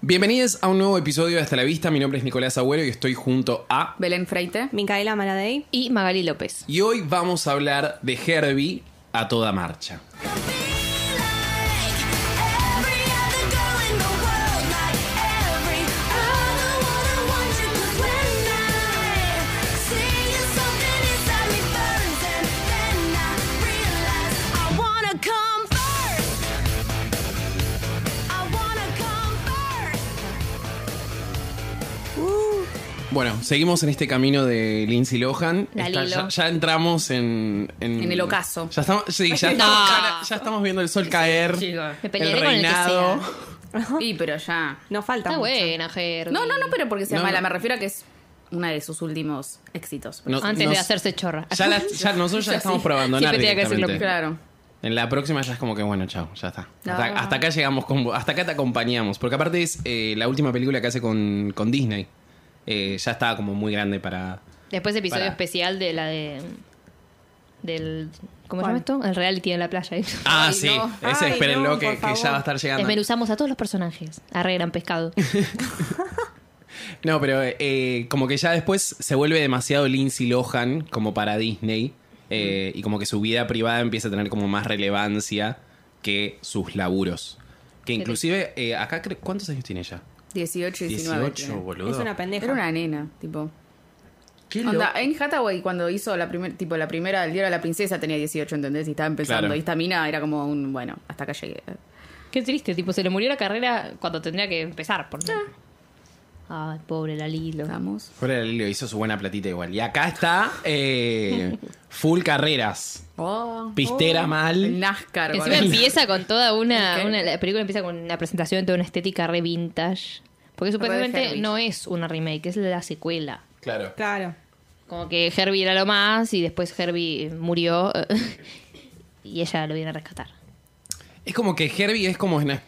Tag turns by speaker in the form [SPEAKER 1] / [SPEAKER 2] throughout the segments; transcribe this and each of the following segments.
[SPEAKER 1] Bienvenidos a un nuevo episodio de Hasta la Vista. Mi nombre es Nicolás Agüero y estoy junto a.
[SPEAKER 2] Belén Freite.
[SPEAKER 3] Micaela Maladey.
[SPEAKER 4] y Magali López.
[SPEAKER 1] Y hoy vamos a hablar de Herbie a toda marcha. Bueno, seguimos en este camino de Lindsay Lohan.
[SPEAKER 4] La
[SPEAKER 1] Está-
[SPEAKER 4] Lilo.
[SPEAKER 1] ya, ya entramos en, en.
[SPEAKER 2] En el ocaso.
[SPEAKER 1] Ya estamos, sí, ya, estamos, ya estamos viendo el sol caer.
[SPEAKER 4] Me
[SPEAKER 1] El
[SPEAKER 4] pelearé con el que
[SPEAKER 1] reinado.
[SPEAKER 4] sea.
[SPEAKER 2] Sí, pero ya.
[SPEAKER 3] No falta.
[SPEAKER 4] Está
[SPEAKER 3] mucho.
[SPEAKER 4] buena, Ger.
[SPEAKER 2] No, no, no, pero porque sea
[SPEAKER 1] No,
[SPEAKER 2] mala.
[SPEAKER 1] no.
[SPEAKER 2] Me refiero a que es una de sus últimos éxitos.
[SPEAKER 1] No-
[SPEAKER 4] Antes de
[SPEAKER 1] nos-
[SPEAKER 4] hacerse chorra.
[SPEAKER 1] Ya, la- ya nosotros ya
[SPEAKER 2] Ya
[SPEAKER 1] estamos
[SPEAKER 2] sí.
[SPEAKER 1] por abandonar
[SPEAKER 4] Siempre tenía que decirlo,
[SPEAKER 1] directamente.
[SPEAKER 2] Claro.
[SPEAKER 1] En la próxima ya es como que, bueno, chao, ya está. Hasta,
[SPEAKER 2] No.
[SPEAKER 1] hasta acá llegamos con vos, hasta acá te acompañamos. Porque aparte es eh, la última película que hace con, con Disney. Eh, ya estaba como muy grande para...
[SPEAKER 4] Después episodio
[SPEAKER 1] Pará.
[SPEAKER 4] especial de la de... Del, ¿Cómo
[SPEAKER 3] ¿Cuál?
[SPEAKER 4] se llama esto? El reality en la playa. ¿eh?
[SPEAKER 1] Ah,
[SPEAKER 3] Ay,
[SPEAKER 1] sí.
[SPEAKER 3] no.
[SPEAKER 1] Ese,
[SPEAKER 3] Ay,
[SPEAKER 1] espérenlo,
[SPEAKER 3] no,
[SPEAKER 1] que,
[SPEAKER 3] por
[SPEAKER 1] que ya
[SPEAKER 3] favor.
[SPEAKER 1] va a estar llegando.
[SPEAKER 4] Desmenuzamos a todos los personajes. Arre gran pescado.
[SPEAKER 1] No, pero eh, como que ya después se vuelve demasiado Lindsay Lohan como para Disney. eh,
[SPEAKER 3] Mm.
[SPEAKER 1] Y como que su vida privada empieza a tener como más relevancia que sus laburos. Que
[SPEAKER 4] Pero-
[SPEAKER 1] inclusive, eh, acá, cre- ¿cuántos años tiene ella?
[SPEAKER 2] 18 y 19.
[SPEAKER 1] 18,
[SPEAKER 2] tiene.
[SPEAKER 1] boludo.
[SPEAKER 3] Es una pendeja.
[SPEAKER 2] Era una nena, tipo.
[SPEAKER 1] Qué
[SPEAKER 2] Onda,
[SPEAKER 1] loco.
[SPEAKER 2] Anne Hathaway cuando hizo la primer, tipo la primera del diario de la princesa tenía 18, ¿entendés? Y estaba empezando.
[SPEAKER 1] Claro.
[SPEAKER 2] Y esta mina era como un, bueno, hasta acá llegué.
[SPEAKER 4] Qué triste, tipo, se le murió la carrera cuando tendría que empezar, por ejemplo.
[SPEAKER 2] Ah.
[SPEAKER 4] Ay, pobre la Lilo.
[SPEAKER 2] Vamos.
[SPEAKER 1] Fuera de Lilo hizo su buena platita igual. Y acá está eh, full carreras.
[SPEAKER 2] Oh,
[SPEAKER 1] Pistera
[SPEAKER 2] el
[SPEAKER 1] mal.
[SPEAKER 2] NASCAR.
[SPEAKER 4] Encima
[SPEAKER 2] boludo.
[SPEAKER 4] empieza con toda una,
[SPEAKER 2] ¿Qué?
[SPEAKER 4] una- La película empieza con una presentación de toda una estética re vintage. Porque supuestamente
[SPEAKER 2] Herbie.
[SPEAKER 4] no es una remake, es la secuela.
[SPEAKER 1] Claro.
[SPEAKER 3] Claro.
[SPEAKER 4] Como que Herbie era lo más y después Herbie murió y ella lo viene a rescatar.
[SPEAKER 1] Es como que Herbie es como una.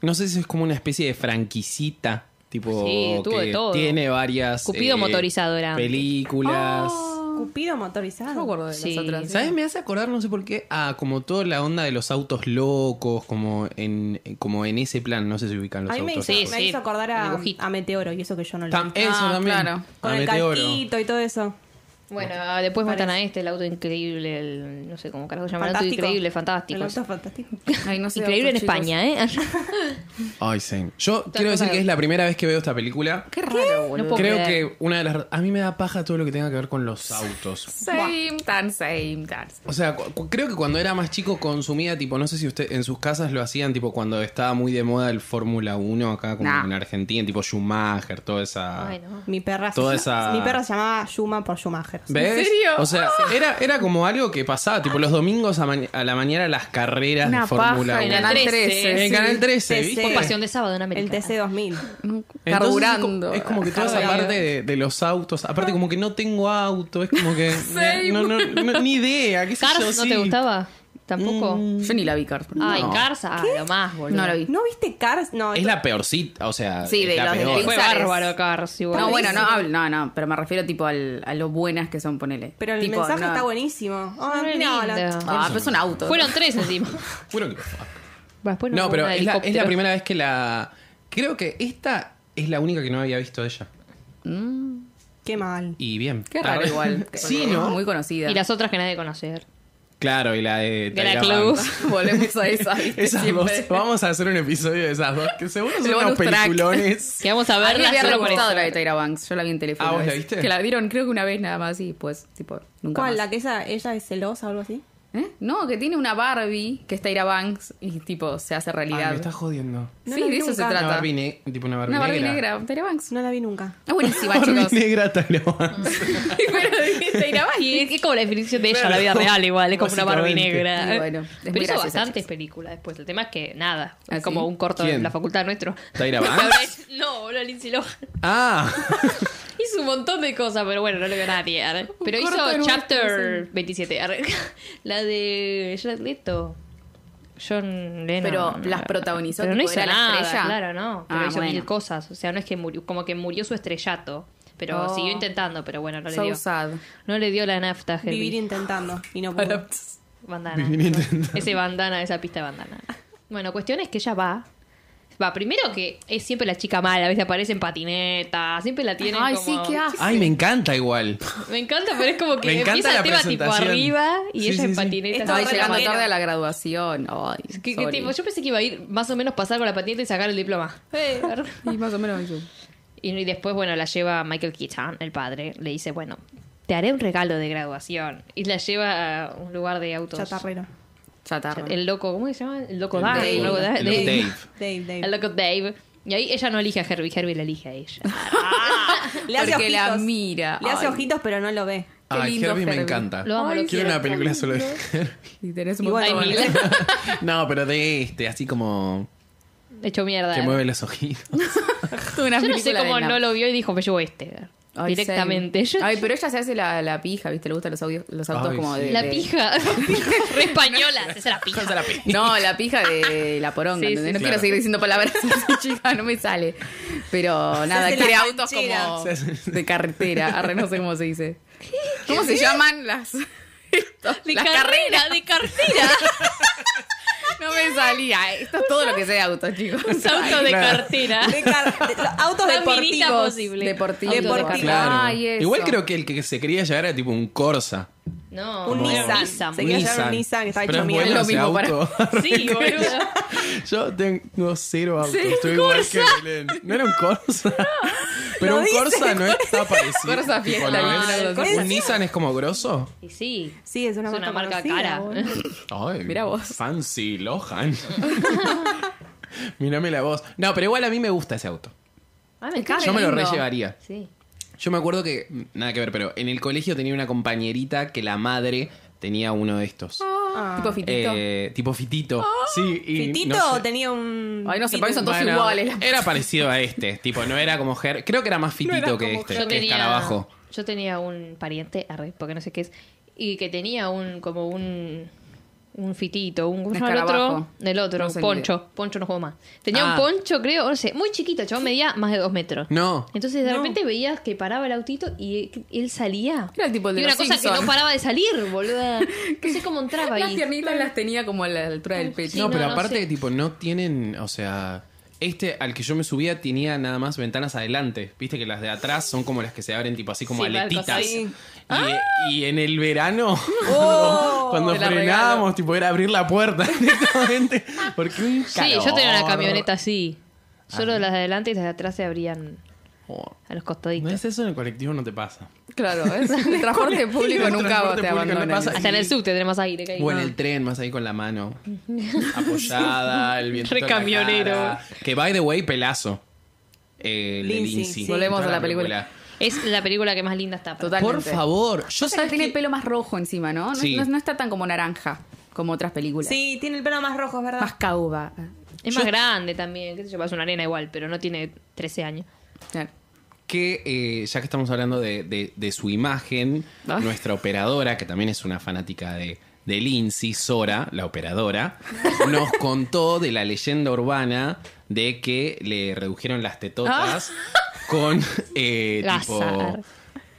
[SPEAKER 1] No sé si es como una especie de franquicita. Tipo.
[SPEAKER 4] Sí, tuvo
[SPEAKER 1] que
[SPEAKER 4] de todo.
[SPEAKER 1] Tiene varias. eh,
[SPEAKER 4] Cupido motorizado era.
[SPEAKER 1] Películas.
[SPEAKER 3] Oh. Cupido
[SPEAKER 2] No me
[SPEAKER 3] motorizado.
[SPEAKER 2] acuerdo de
[SPEAKER 4] Sí.
[SPEAKER 2] las otras.
[SPEAKER 1] ¿Sabes? Me hace acordar, no sé por qué, a como toda la onda de los autos locos, como en, como en ese plan, no sé si ubican los
[SPEAKER 3] A mí me hizo,
[SPEAKER 1] autos.
[SPEAKER 4] Sí,
[SPEAKER 1] locos.
[SPEAKER 3] me
[SPEAKER 4] sí,
[SPEAKER 3] hizo acordar
[SPEAKER 4] el
[SPEAKER 3] a,
[SPEAKER 4] dibujito.
[SPEAKER 3] a Meteoro y eso que yo no lo
[SPEAKER 1] Tam-
[SPEAKER 3] vi.
[SPEAKER 1] eso
[SPEAKER 2] Ah,
[SPEAKER 1] también.
[SPEAKER 2] claro.
[SPEAKER 3] Con
[SPEAKER 1] A
[SPEAKER 3] el
[SPEAKER 1] Meteoro.
[SPEAKER 3] casquito y todo eso.
[SPEAKER 4] Bueno, después
[SPEAKER 3] Parece.
[SPEAKER 4] matan a este, el auto increíble, el, no sé cómo carajo llaman, auto
[SPEAKER 3] Fantástico.
[SPEAKER 4] increíble, fantástico.
[SPEAKER 3] El auto fantástico.
[SPEAKER 2] Ay, no sé,
[SPEAKER 4] increíble en
[SPEAKER 2] otros chicos.
[SPEAKER 4] España, ¿eh?
[SPEAKER 1] Ay, sí. Yo quiero decir
[SPEAKER 4] cosa
[SPEAKER 1] que
[SPEAKER 4] que-
[SPEAKER 1] es la primera vez que veo esta película.
[SPEAKER 2] Qué raro, boludo.
[SPEAKER 4] No puedo
[SPEAKER 1] Creo
[SPEAKER 4] creer.
[SPEAKER 1] que una de las... A mí me da paja todo lo que tenga que ver con los autos.
[SPEAKER 2] Same, tan same, tan same.
[SPEAKER 1] O sea, cu- cu- creo que cuando era más chico consumía, tipo, no sé si usted en sus casas lo hacían, tipo, cuando estaba muy de moda el Fórmula 1 acá, como
[SPEAKER 2] Nah.
[SPEAKER 1] en Argentina, tipo Schumacher, toda esa...
[SPEAKER 4] Ay, no.
[SPEAKER 3] Mi perra, se
[SPEAKER 1] Toda
[SPEAKER 3] llama-
[SPEAKER 1] esa-
[SPEAKER 3] mi perra se llamaba Yuma por Schumacher.
[SPEAKER 1] ¿Ves?
[SPEAKER 2] ¿En serio? Ah.
[SPEAKER 1] O sea, era, era como algo que pasaba, tipo, los domingos a, ma- a la mañana las carreras
[SPEAKER 2] Una
[SPEAKER 1] de Fórmula
[SPEAKER 2] paja
[SPEAKER 1] 1.
[SPEAKER 2] en
[SPEAKER 4] la
[SPEAKER 2] Canal
[SPEAKER 4] Trece.
[SPEAKER 2] 13.
[SPEAKER 1] En Canal 13,
[SPEAKER 3] TC.
[SPEAKER 1] ¿viste?
[SPEAKER 4] Fue pasión de sábado
[SPEAKER 3] El
[SPEAKER 4] en América.
[SPEAKER 3] TC2000.
[SPEAKER 1] Entonces, es como-
[SPEAKER 2] Carburando.
[SPEAKER 1] Es como que toda esa
[SPEAKER 4] Carburando.
[SPEAKER 1] parte de, de los autos. Aparte, como que no tengo auto. Es como que.
[SPEAKER 2] Same.
[SPEAKER 1] no, no, no- ni idea. ¿Qué sé
[SPEAKER 4] Cars,
[SPEAKER 1] yo?
[SPEAKER 4] ¿no
[SPEAKER 1] Sí. Mm,
[SPEAKER 4] te gustaba? ¿Tampoco?
[SPEAKER 2] Yo ni la vi, Cars.
[SPEAKER 4] Ay, Cars, ah, lo más, boludo.
[SPEAKER 2] No la vi.
[SPEAKER 3] ¿No viste Cars? No.
[SPEAKER 1] Es
[SPEAKER 3] esto-
[SPEAKER 1] la peorcita. O sea,
[SPEAKER 2] Sí,
[SPEAKER 1] es
[SPEAKER 2] de
[SPEAKER 1] la
[SPEAKER 2] los de
[SPEAKER 1] peor.
[SPEAKER 4] Fue
[SPEAKER 2] Pixar es-
[SPEAKER 4] bárbaro Cars, igual.
[SPEAKER 2] No, bueno, no, hablo- no, no, pero me refiero tipo al, a lo buenas que son, ponele.
[SPEAKER 3] Pero el
[SPEAKER 2] Tipo,
[SPEAKER 3] mensaje
[SPEAKER 2] no.
[SPEAKER 3] está buenísimo. Ah,
[SPEAKER 4] Re
[SPEAKER 3] no, la-
[SPEAKER 4] lindo.
[SPEAKER 2] Ah, pero es un auto.
[SPEAKER 4] Fueron tres encima.
[SPEAKER 1] Juro que-
[SPEAKER 4] Después
[SPEAKER 1] No,
[SPEAKER 4] hubo
[SPEAKER 1] pero
[SPEAKER 4] una
[SPEAKER 1] es la, es la
[SPEAKER 4] helicóptero.
[SPEAKER 1] primera vez que la. Creo que esta es la única que no había visto ella.
[SPEAKER 3] Qué mal.
[SPEAKER 1] Y bien.
[SPEAKER 2] Qué raro
[SPEAKER 1] Ah,
[SPEAKER 2] igual.
[SPEAKER 1] sí, ¿no?
[SPEAKER 2] Muy conocida.
[SPEAKER 4] Y las otras que nadie conocer.
[SPEAKER 1] Claro, y la de.
[SPEAKER 4] De la
[SPEAKER 1] Tyra
[SPEAKER 4] Club.
[SPEAKER 1] Banks.
[SPEAKER 2] Volvemos a esa, ¿viste?
[SPEAKER 1] Esas dos.
[SPEAKER 2] Siempre.
[SPEAKER 1] Vamos a hacer un episodio de esas dos. Que seguro son
[SPEAKER 2] El bonus
[SPEAKER 1] unos
[SPEAKER 2] track.
[SPEAKER 1] peliculones.
[SPEAKER 4] Que vamos a
[SPEAKER 2] A mí me
[SPEAKER 4] verla
[SPEAKER 2] había
[SPEAKER 4] solo
[SPEAKER 2] re
[SPEAKER 4] por
[SPEAKER 2] gustado
[SPEAKER 4] eso.
[SPEAKER 2] la de Tyra Banks. Yo la vi en teléfono.
[SPEAKER 1] Ah, ¿vos
[SPEAKER 2] una
[SPEAKER 1] la
[SPEAKER 2] vez.
[SPEAKER 1] viste?
[SPEAKER 2] Que la dieron creo que una vez nada más y pues, tipo, nunca
[SPEAKER 3] ¿Cuál?
[SPEAKER 2] más.
[SPEAKER 3] ¿La que esa, ella es celosa o algo así?
[SPEAKER 2] ¿Eh? No, que tiene una Barbie que está Ira Banks y tipo se hace
[SPEAKER 1] Ay,
[SPEAKER 2] realidad.
[SPEAKER 1] me estás jodiendo.
[SPEAKER 3] No
[SPEAKER 2] sí,
[SPEAKER 3] la vi
[SPEAKER 2] de eso
[SPEAKER 3] nunca.
[SPEAKER 2] se
[SPEAKER 3] Una
[SPEAKER 1] Una
[SPEAKER 2] trata.
[SPEAKER 1] Barbie, ne- tipo una Barbie
[SPEAKER 2] una Barbie
[SPEAKER 1] negra.
[SPEAKER 2] negra, Tyra Banks.
[SPEAKER 3] No la vi nunca.
[SPEAKER 2] Es buenísima,
[SPEAKER 1] Barbie
[SPEAKER 2] chicos.
[SPEAKER 1] negra Tyra Banks.
[SPEAKER 2] Pero de Ira Banks.
[SPEAKER 4] Y es, es como la definición de ella,
[SPEAKER 1] Claro.
[SPEAKER 4] la vida real igual, es como una Barbie
[SPEAKER 1] Básicamente.
[SPEAKER 4] negra.
[SPEAKER 2] Y bueno, es muy
[SPEAKER 4] Pero hizo
[SPEAKER 2] graciosa,
[SPEAKER 4] bastantes
[SPEAKER 2] chicos.
[SPEAKER 4] películas después. El tema es que nada,
[SPEAKER 2] ¿Ah, sí?
[SPEAKER 4] como un corto
[SPEAKER 1] ¿Quién?
[SPEAKER 4] en la facultad nuestro.
[SPEAKER 1] ¿Tyra Banks?
[SPEAKER 4] no, boludo, Lindsay Lohan.
[SPEAKER 1] Ah,
[SPEAKER 4] Hizo un montón de cosas, pero bueno, no le veo a nadie. arre. Pero
[SPEAKER 2] corto en
[SPEAKER 4] hizo
[SPEAKER 2] un-
[SPEAKER 4] Chapter 27, arre. la de Jared Leto. John Lennon.
[SPEAKER 2] Pero las protagonizó,
[SPEAKER 4] Pero no
[SPEAKER 2] tipo,
[SPEAKER 4] hizo
[SPEAKER 2] era la
[SPEAKER 4] nada,
[SPEAKER 2] estrella.
[SPEAKER 4] claro, no. Pero
[SPEAKER 2] Ah,
[SPEAKER 4] hizo mil
[SPEAKER 2] bueno.
[SPEAKER 4] cosas. O sea, no es que murió, como que murió su estrellato. Pero
[SPEAKER 2] Oh.
[SPEAKER 4] siguió intentando, pero bueno, no le
[SPEAKER 2] So
[SPEAKER 4] dio.
[SPEAKER 2] sad.
[SPEAKER 4] No le dio la nafta, Herbie.
[SPEAKER 3] Vivir intentando y no pudo.
[SPEAKER 4] Bandana.
[SPEAKER 1] Vivir intentando.
[SPEAKER 4] Ese bandana, esa pista de bandana. Bueno, cuestión es que ella va. Va, primero que es siempre la chica mala, a veces aparece en patineta, siempre la tienen
[SPEAKER 2] Ay,
[SPEAKER 4] como-
[SPEAKER 2] sí, qué asco.
[SPEAKER 1] ay, me encanta igual.
[SPEAKER 4] Me encanta, pero es como que
[SPEAKER 1] Me encanta
[SPEAKER 4] empieza
[SPEAKER 1] la
[SPEAKER 4] el tema tipo
[SPEAKER 1] presentación.
[SPEAKER 4] arriba y
[SPEAKER 1] Sí,
[SPEAKER 4] ella
[SPEAKER 1] sí,
[SPEAKER 4] en
[SPEAKER 1] sí.
[SPEAKER 4] patineta.
[SPEAKER 2] Estaba
[SPEAKER 3] Estaba
[SPEAKER 4] Ay,
[SPEAKER 3] re
[SPEAKER 2] llegando
[SPEAKER 3] lavadero.
[SPEAKER 2] tarde a la graduación. Ay,
[SPEAKER 4] ¿Qué- qué
[SPEAKER 2] sorry.
[SPEAKER 4] tipo? Yo pensé que iba a ir más o menos pasar con la patineta y sacar el diploma. Eh, ar-
[SPEAKER 2] Y más o menos eso.
[SPEAKER 4] y, y después, bueno, la lleva Michael Keaton, el padre, le dice, bueno, te haré un regalo de graduación. Y la lleva a un lugar de autos.
[SPEAKER 3] Chatarrero.
[SPEAKER 2] Chatarra.
[SPEAKER 4] El loco, ¿cómo se llama? El loco
[SPEAKER 1] El
[SPEAKER 4] Dave.
[SPEAKER 2] Dave.
[SPEAKER 4] El loco Dave.
[SPEAKER 1] El loco Dave.
[SPEAKER 3] Dave,
[SPEAKER 4] El
[SPEAKER 3] Dave.
[SPEAKER 4] loco Dave. Y ahí ella no elige a Herbie, Herbie la elige a ella.
[SPEAKER 3] Ah, Le hace
[SPEAKER 2] Porque la
[SPEAKER 3] ojitos.
[SPEAKER 2] mira.
[SPEAKER 3] Le hace
[SPEAKER 2] Ay.
[SPEAKER 3] ojitos, pero no lo ve.
[SPEAKER 2] Qué
[SPEAKER 1] Ay,
[SPEAKER 2] lindo
[SPEAKER 1] Herbie me
[SPEAKER 2] Herbie.
[SPEAKER 1] encanta.
[SPEAKER 4] Lo amo, lo
[SPEAKER 1] Quiero
[SPEAKER 4] quiero.
[SPEAKER 1] una película solo de
[SPEAKER 2] Y tenés un
[SPEAKER 3] Y bueno,
[SPEAKER 2] montón.
[SPEAKER 4] Ay, mira.
[SPEAKER 1] No, pero de este, así como
[SPEAKER 4] Hecho mierda.
[SPEAKER 1] que mueve los ojitos.
[SPEAKER 2] Una
[SPEAKER 4] Yo no sé
[SPEAKER 2] película de
[SPEAKER 4] cómo
[SPEAKER 2] la-
[SPEAKER 4] no lo vio y dijo, me llevo este.
[SPEAKER 2] Ay,
[SPEAKER 4] directamente.
[SPEAKER 2] sí.
[SPEAKER 4] Yo-
[SPEAKER 2] Ay, pero ella se hace la, la pija, ¿viste? Le gustan los, audios, los autos
[SPEAKER 1] Ay,
[SPEAKER 2] como
[SPEAKER 1] sí.
[SPEAKER 2] de.
[SPEAKER 4] la
[SPEAKER 2] de-
[SPEAKER 4] pija. Re española. Se hace la pija.
[SPEAKER 2] No, la pija de la poronga,
[SPEAKER 4] Sí,
[SPEAKER 2] ¿entendés?
[SPEAKER 4] sí,
[SPEAKER 2] no
[SPEAKER 1] sí.
[SPEAKER 2] quiero
[SPEAKER 1] Claro.
[SPEAKER 2] seguir diciendo palabras así, chica, no me sale. Pero nada,
[SPEAKER 3] hace
[SPEAKER 2] quiere
[SPEAKER 3] la
[SPEAKER 2] autos
[SPEAKER 3] canchera.
[SPEAKER 2] como
[SPEAKER 1] Se hace-
[SPEAKER 2] de carretera. Arre, no sé cómo se dice. ¿Cómo se llaman las,
[SPEAKER 4] De
[SPEAKER 2] las carreras?
[SPEAKER 4] carrera, de cartera.
[SPEAKER 2] No me salía. Esto es todo lo que sea de autos, chicos.
[SPEAKER 4] Un auto de
[SPEAKER 1] Claro.
[SPEAKER 4] cartera.
[SPEAKER 3] De car- de- los autos
[SPEAKER 4] Tan minita
[SPEAKER 3] deportivos.
[SPEAKER 4] posible.
[SPEAKER 2] Deportivo.
[SPEAKER 3] Auto de
[SPEAKER 2] Deportivo.
[SPEAKER 3] carrera.
[SPEAKER 1] Claro.
[SPEAKER 2] Ay, eso.
[SPEAKER 1] Igual creo que el que se quería llevar era tipo un Corsa.
[SPEAKER 4] No.
[SPEAKER 3] Un
[SPEAKER 4] no.
[SPEAKER 3] Nissan. Se
[SPEAKER 1] Un
[SPEAKER 3] quería llevar un Nissan que estaba
[SPEAKER 1] Pero
[SPEAKER 3] hecho
[SPEAKER 1] es bueno
[SPEAKER 3] mierda.
[SPEAKER 2] Es lo
[SPEAKER 1] ese
[SPEAKER 2] mismo para-
[SPEAKER 1] auto.
[SPEAKER 4] Sí, boludo.
[SPEAKER 1] Yo tengo cero autos. Estoy igual que Belén. No era un Corsa. Pero
[SPEAKER 3] Lo
[SPEAKER 1] un
[SPEAKER 3] dice,
[SPEAKER 1] Corsa no está parecido.
[SPEAKER 2] Corsa fiesta,
[SPEAKER 1] ¿no
[SPEAKER 4] no,
[SPEAKER 1] es?
[SPEAKER 4] el
[SPEAKER 1] ¿Un
[SPEAKER 3] Corsa-
[SPEAKER 1] Nissan es como grosso?
[SPEAKER 4] Y sí.
[SPEAKER 3] Sí, es una,
[SPEAKER 4] es una marca
[SPEAKER 3] conocida,
[SPEAKER 4] cara.
[SPEAKER 3] boludo.
[SPEAKER 1] Ay,
[SPEAKER 2] Mirá vos.
[SPEAKER 1] Fancy Lohan. Mírame la voz. No, pero igual a mí me gusta ese auto.
[SPEAKER 4] Ah,
[SPEAKER 2] encanta.
[SPEAKER 4] me encanta.
[SPEAKER 1] Yo me lo
[SPEAKER 2] lindo.
[SPEAKER 1] rellevaría.
[SPEAKER 4] Sí.
[SPEAKER 1] Yo me acuerdo que, nada que ver, pero en el colegio tenía una compañerita que la madre tenía uno de estos.
[SPEAKER 3] Ah.
[SPEAKER 2] Tipo fitito. Ah,
[SPEAKER 1] Eh, tipo fitito. sí, y
[SPEAKER 3] Fitito
[SPEAKER 1] no sé.
[SPEAKER 3] tenía un.
[SPEAKER 2] Ay, no sé,
[SPEAKER 3] Fitito.
[SPEAKER 2] para eso todos
[SPEAKER 1] Bueno,
[SPEAKER 2] iguales. las-
[SPEAKER 1] Era parecido a este. Tipo, no era como Her. Creo que era más fitito que este,
[SPEAKER 4] Yo
[SPEAKER 1] que escarabajo.
[SPEAKER 4] Yo tenía un pariente, arre, porque no sé qué es, y que tenía un como un un fitito, un ¿cómo se llama el
[SPEAKER 2] escarabajo.
[SPEAKER 4] otro, del otro,
[SPEAKER 2] No sé ni
[SPEAKER 4] poncho, poncho no juego más. Tenía
[SPEAKER 1] Ah.
[SPEAKER 4] un poncho, creo, no sé, muy chiquito, chabón, medía más de dos metros.
[SPEAKER 1] No.
[SPEAKER 4] Entonces de
[SPEAKER 3] No.
[SPEAKER 4] repente veías que paraba el autito y él salía.
[SPEAKER 2] Era el tipo de
[SPEAKER 4] y una
[SPEAKER 2] los
[SPEAKER 4] cosa
[SPEAKER 2] Simpson.
[SPEAKER 4] que no paraba de salir, boluda. No sé cómo entraba
[SPEAKER 2] Las
[SPEAKER 4] ahí.
[SPEAKER 2] piernitas las tenía como a la altura del pecho.
[SPEAKER 4] Sí,
[SPEAKER 1] no,
[SPEAKER 4] no,
[SPEAKER 1] pero
[SPEAKER 4] no
[SPEAKER 1] aparte,
[SPEAKER 4] sé.
[SPEAKER 1] tipo, no tienen. O sea. Este al que yo me subía tenía nada más ventanas adelante. Viste que las de atrás son como las que se abren, tipo así como
[SPEAKER 4] Sí, para
[SPEAKER 1] aletitas.
[SPEAKER 4] cosas,
[SPEAKER 1] Y,
[SPEAKER 4] sí.
[SPEAKER 1] y en el verano, cuando
[SPEAKER 2] ¡Ah! Oh, Te la
[SPEAKER 1] frenábamos, tipo, era abrir la puerta directamente. Porque un
[SPEAKER 4] Sí, yo tenía una
[SPEAKER 1] calor.
[SPEAKER 4] camioneta así. Solo
[SPEAKER 1] Ah.
[SPEAKER 4] las de adelante y las de atrás se abrían
[SPEAKER 1] Oh.
[SPEAKER 4] a los
[SPEAKER 1] No
[SPEAKER 4] costaditos.
[SPEAKER 1] es eso en el colectivo, no te pasa.
[SPEAKER 2] Claro, es- el transporte público
[SPEAKER 1] El
[SPEAKER 2] nunca
[SPEAKER 1] transporte
[SPEAKER 2] te
[SPEAKER 1] público no
[SPEAKER 2] abandona.
[SPEAKER 1] pasa.
[SPEAKER 4] Hasta en el subte tenemos aire. que ahí
[SPEAKER 1] O en
[SPEAKER 4] no.
[SPEAKER 1] el tren, más ahí con la mano. Apoyada, el viento.
[SPEAKER 4] Re camionero.
[SPEAKER 1] Que by the way, pelazo. Eh, el de
[SPEAKER 3] Lindsay,
[SPEAKER 1] Lindsay.
[SPEAKER 3] sí.
[SPEAKER 2] Volvemos
[SPEAKER 1] Toda
[SPEAKER 2] a la película.
[SPEAKER 4] Es la película que más linda está. para mí.
[SPEAKER 2] Totalmente.
[SPEAKER 1] Por favor. Yo
[SPEAKER 2] O sea, que
[SPEAKER 1] sabes
[SPEAKER 2] tiene
[SPEAKER 1] que-
[SPEAKER 2] pelo más rojo encima, ¿no? No,
[SPEAKER 1] Sí.
[SPEAKER 2] no- no está tan como naranja como otras películas.
[SPEAKER 3] Sí, tiene el pelo más rojo, es verdad.
[SPEAKER 2] Más cauba.
[SPEAKER 4] Es más grande también. Qué sé yo, pasa una arena igual, pero no tiene 13 años.
[SPEAKER 2] Claro.
[SPEAKER 1] que eh, ya que estamos hablando de, de- de su imagen,
[SPEAKER 2] Ah.
[SPEAKER 1] nuestra operadora, que también es una fanática de, de Lindsay, Sora, la operadora, nos contó de la leyenda urbana de que le redujeron las tetotas
[SPEAKER 2] Ah.
[SPEAKER 1] con eh, tipo
[SPEAKER 4] Gazar.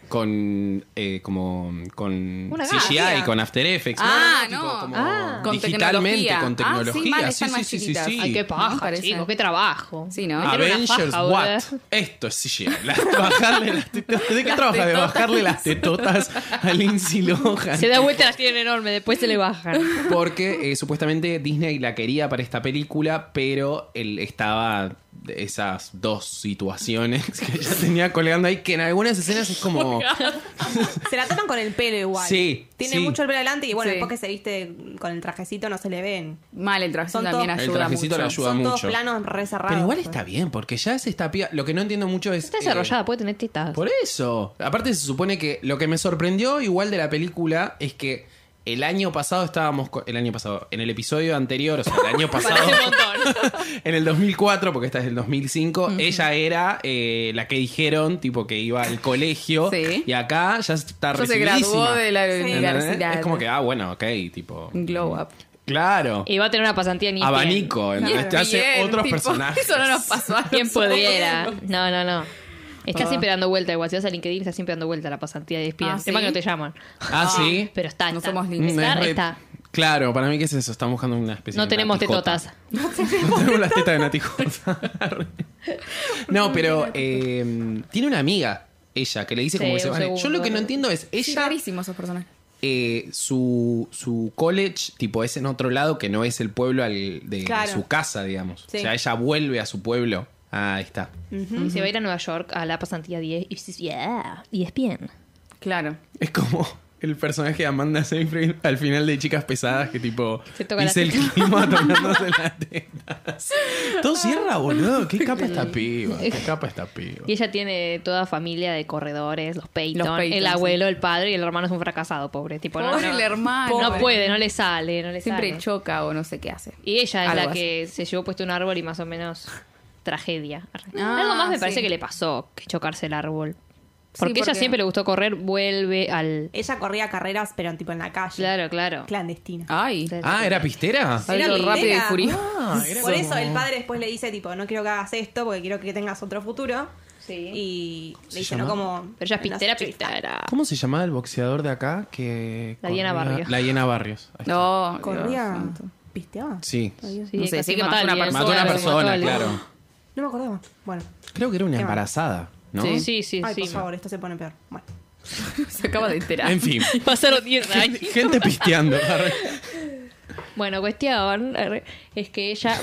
[SPEAKER 1] con eh, como con
[SPEAKER 4] Una
[SPEAKER 1] CGI
[SPEAKER 4] gasa.
[SPEAKER 1] con After Effects
[SPEAKER 2] Ah,
[SPEAKER 1] tipo,
[SPEAKER 2] no.
[SPEAKER 1] como
[SPEAKER 4] Ah.
[SPEAKER 2] Con
[SPEAKER 1] digitalmente
[SPEAKER 2] tecnología.
[SPEAKER 1] con
[SPEAKER 2] Ah, sí,
[SPEAKER 1] tecnología
[SPEAKER 2] mal,
[SPEAKER 1] sí
[SPEAKER 2] están
[SPEAKER 1] sí
[SPEAKER 2] más
[SPEAKER 1] sí, sí,
[SPEAKER 2] chiquitas.
[SPEAKER 1] sí.
[SPEAKER 4] Ay, qué
[SPEAKER 2] No,
[SPEAKER 4] paja,
[SPEAKER 2] parece.
[SPEAKER 4] chicos. Qué trabajo.
[SPEAKER 2] Sí, ¿no?
[SPEAKER 4] Meter una
[SPEAKER 1] Avengers
[SPEAKER 4] faja,
[SPEAKER 1] What?
[SPEAKER 4] boluda.
[SPEAKER 1] Esto es CGI. Las- bajarle las tetotas. ¿De qué
[SPEAKER 2] Las
[SPEAKER 1] trabaja? De
[SPEAKER 2] tetotas.
[SPEAKER 1] bajarle las tetotas a Lindsay Lohan.
[SPEAKER 4] Se da vuelta, las tienen enorme. Después se le bajan.
[SPEAKER 1] Porque eh, supuestamente Disney la quería para esta película, pero él estaba de esas dos situaciones que ya tenía colgando ahí, que en algunas escenas es como...
[SPEAKER 3] Se la tapan con el pelo igual.
[SPEAKER 1] Sí,
[SPEAKER 3] Tiene
[SPEAKER 1] sí.
[SPEAKER 3] mucho el pelo adelante y bueno,
[SPEAKER 5] Sí.
[SPEAKER 3] después que se viste con el trajecito no se le ven.
[SPEAKER 5] Mal, el trajecito
[SPEAKER 3] Son
[SPEAKER 5] también
[SPEAKER 3] todos-
[SPEAKER 5] ayuda
[SPEAKER 1] El trajecito
[SPEAKER 5] mucho.
[SPEAKER 1] le ayuda
[SPEAKER 3] Son todos
[SPEAKER 1] mucho.
[SPEAKER 3] planos re cerrados.
[SPEAKER 1] Pero igual
[SPEAKER 3] pues.
[SPEAKER 1] está bien, porque ya es esta piba... Lo que no entiendo mucho es...
[SPEAKER 4] Está
[SPEAKER 1] eh,
[SPEAKER 4] desarrollada, puede tener tetas.
[SPEAKER 1] Por eso. Aparte se supone que lo que me sorprendió igual de la película es que el año pasado estábamos... co- El año pasado. En el episodio anterior, o sea, el año pasado... en el 2004, porque esta es del 2005, ella era eh, la que dijeron, tipo, que iba al colegio.
[SPEAKER 5] Sí.
[SPEAKER 1] Y acá ya está
[SPEAKER 5] Yo se
[SPEAKER 1] recibidísima.
[SPEAKER 5] graduó de la
[SPEAKER 1] ¿Entendés?
[SPEAKER 5] universidad.
[SPEAKER 1] Es como que, ah, bueno, ok, tipo...
[SPEAKER 5] Un glow up.
[SPEAKER 1] Claro.
[SPEAKER 4] Y va a tener una pasantía en ESPN.
[SPEAKER 1] Abanico, ¿entendés? Te este hace
[SPEAKER 5] Bien,
[SPEAKER 1] otros
[SPEAKER 5] tipo,
[SPEAKER 1] personajes.
[SPEAKER 5] Eso no nos pasó a
[SPEAKER 4] Quien
[SPEAKER 5] nosotros.
[SPEAKER 4] pudiera. No, no, no. Está
[SPEAKER 5] Ah.
[SPEAKER 4] siempre dando vuelta igual. Si vas a LinkedIn, está siempre dando vuelta la pasantía de ESPN.
[SPEAKER 5] Ah,
[SPEAKER 4] El tema
[SPEAKER 5] ¿sí?
[SPEAKER 4] que no te llaman.
[SPEAKER 1] Ah, sí.
[SPEAKER 4] Pero está,
[SPEAKER 5] No
[SPEAKER 4] está.
[SPEAKER 5] somos lindos.
[SPEAKER 1] Mm,
[SPEAKER 4] Está,
[SPEAKER 1] es re-
[SPEAKER 4] está.
[SPEAKER 1] Claro, para mí, ¿qué es eso? Estamos buscando una especie
[SPEAKER 4] No
[SPEAKER 1] de
[SPEAKER 4] tenemos
[SPEAKER 1] natijota.
[SPEAKER 4] tetotas.
[SPEAKER 1] No tenemos las tetas de natijota. no, pero eh, tiene una amiga, ella, que le dice
[SPEAKER 4] Sí,
[SPEAKER 1] como que se
[SPEAKER 4] un
[SPEAKER 1] van. Yo
[SPEAKER 4] segundo.
[SPEAKER 1] lo que no entiendo es,
[SPEAKER 5] Sí,
[SPEAKER 1] ella,
[SPEAKER 5] rarísimo esos personajes.
[SPEAKER 1] eh, su, su college, tipo, es en otro lado que no es el pueblo al- de
[SPEAKER 3] Claro.
[SPEAKER 1] su casa, digamos.
[SPEAKER 3] Sí.
[SPEAKER 1] O sea, ella vuelve a su pueblo. Ah, ahí está.
[SPEAKER 4] Y se va a ir a Nueva York a la pasantía 10. Y dices, yeah, ESPN.
[SPEAKER 5] Claro.
[SPEAKER 1] Es como el personaje de Amanda Seyfried al final de Chicas Pesadas que tipo
[SPEAKER 4] Se toca
[SPEAKER 1] dice
[SPEAKER 4] la
[SPEAKER 1] el
[SPEAKER 4] teta.
[SPEAKER 1] clima tocándose las tetas. Todo cierra, boludo. Qué capa esta piba. Qué capa esta piba.
[SPEAKER 4] Y ella tiene toda familia de corredores, los Peyton,
[SPEAKER 5] Los Peyton,
[SPEAKER 4] el
[SPEAKER 5] sí.
[SPEAKER 4] abuelo, el padre y el hermano es un fracasado, pobre. Tipo, no,
[SPEAKER 5] Pobre
[SPEAKER 4] no,
[SPEAKER 5] el hermano.
[SPEAKER 4] No puede, no le sale, no le
[SPEAKER 5] Siempre
[SPEAKER 4] sale.
[SPEAKER 5] choca o no sé qué hace.
[SPEAKER 4] Y ella es
[SPEAKER 5] Algo
[SPEAKER 4] la
[SPEAKER 5] así.
[SPEAKER 4] que se llevó puesto un árbol y más o menos tragedia.
[SPEAKER 5] Ah,
[SPEAKER 4] Algo más me
[SPEAKER 5] sí.
[SPEAKER 4] parece que le pasó que chocarse el árbol. Porque, ella
[SPEAKER 5] porque-
[SPEAKER 4] siempre le gustó correr, vuelve al...
[SPEAKER 3] Ella corría carreras, pero tipo en la calle.
[SPEAKER 4] Claro, claro.
[SPEAKER 3] Clandestina.
[SPEAKER 5] Ay.
[SPEAKER 1] Ah, ¿era pistera?
[SPEAKER 5] Ay,
[SPEAKER 3] Era
[SPEAKER 5] lo
[SPEAKER 3] mi
[SPEAKER 5] rápido y
[SPEAKER 3] idea.
[SPEAKER 5] furioso.
[SPEAKER 1] Ah, era
[SPEAKER 3] Por eso
[SPEAKER 1] como-
[SPEAKER 3] el padre después le dice, tipo, no quiero que hagas esto porque quiero que tengas otro futuro.
[SPEAKER 4] Sí.
[SPEAKER 3] Y
[SPEAKER 1] ¿Se
[SPEAKER 3] le dice, no
[SPEAKER 1] llama?
[SPEAKER 3] como...
[SPEAKER 4] Pero ella es
[SPEAKER 3] no sé,
[SPEAKER 4] pistera,
[SPEAKER 3] chista.
[SPEAKER 4] pistera.
[SPEAKER 1] ¿Cómo se llamaba el boxeador de acá? Que
[SPEAKER 4] La Diana
[SPEAKER 1] corría-
[SPEAKER 4] Barrios.
[SPEAKER 1] La Diana Barrios. Ahí está.
[SPEAKER 5] No, Dios
[SPEAKER 3] Corría...
[SPEAKER 5] santo.
[SPEAKER 3] ¿Pisteaba?
[SPEAKER 1] Sí.
[SPEAKER 4] Sí,
[SPEAKER 5] No sé,
[SPEAKER 4] casi
[SPEAKER 5] sí que
[SPEAKER 4] mató a
[SPEAKER 5] mató a una
[SPEAKER 4] alguien.
[SPEAKER 1] Mató a una
[SPEAKER 4] Claro, mató a
[SPEAKER 1] persona,
[SPEAKER 4] alguien.
[SPEAKER 1] claro.
[SPEAKER 3] No me acordaba. Bueno.
[SPEAKER 1] Creo que era una
[SPEAKER 3] Qué mal.
[SPEAKER 1] embarazada, ¿no?
[SPEAKER 4] Sí, sí, sí.
[SPEAKER 3] Ay,
[SPEAKER 4] sí.
[SPEAKER 3] por favor, esto se pone peor. Bueno.
[SPEAKER 5] Se acaba de enterar.
[SPEAKER 1] En fin.
[SPEAKER 4] Pasaron 10 años.
[SPEAKER 1] Gente pisteando.
[SPEAKER 4] Bueno, cuestión er, es que ella.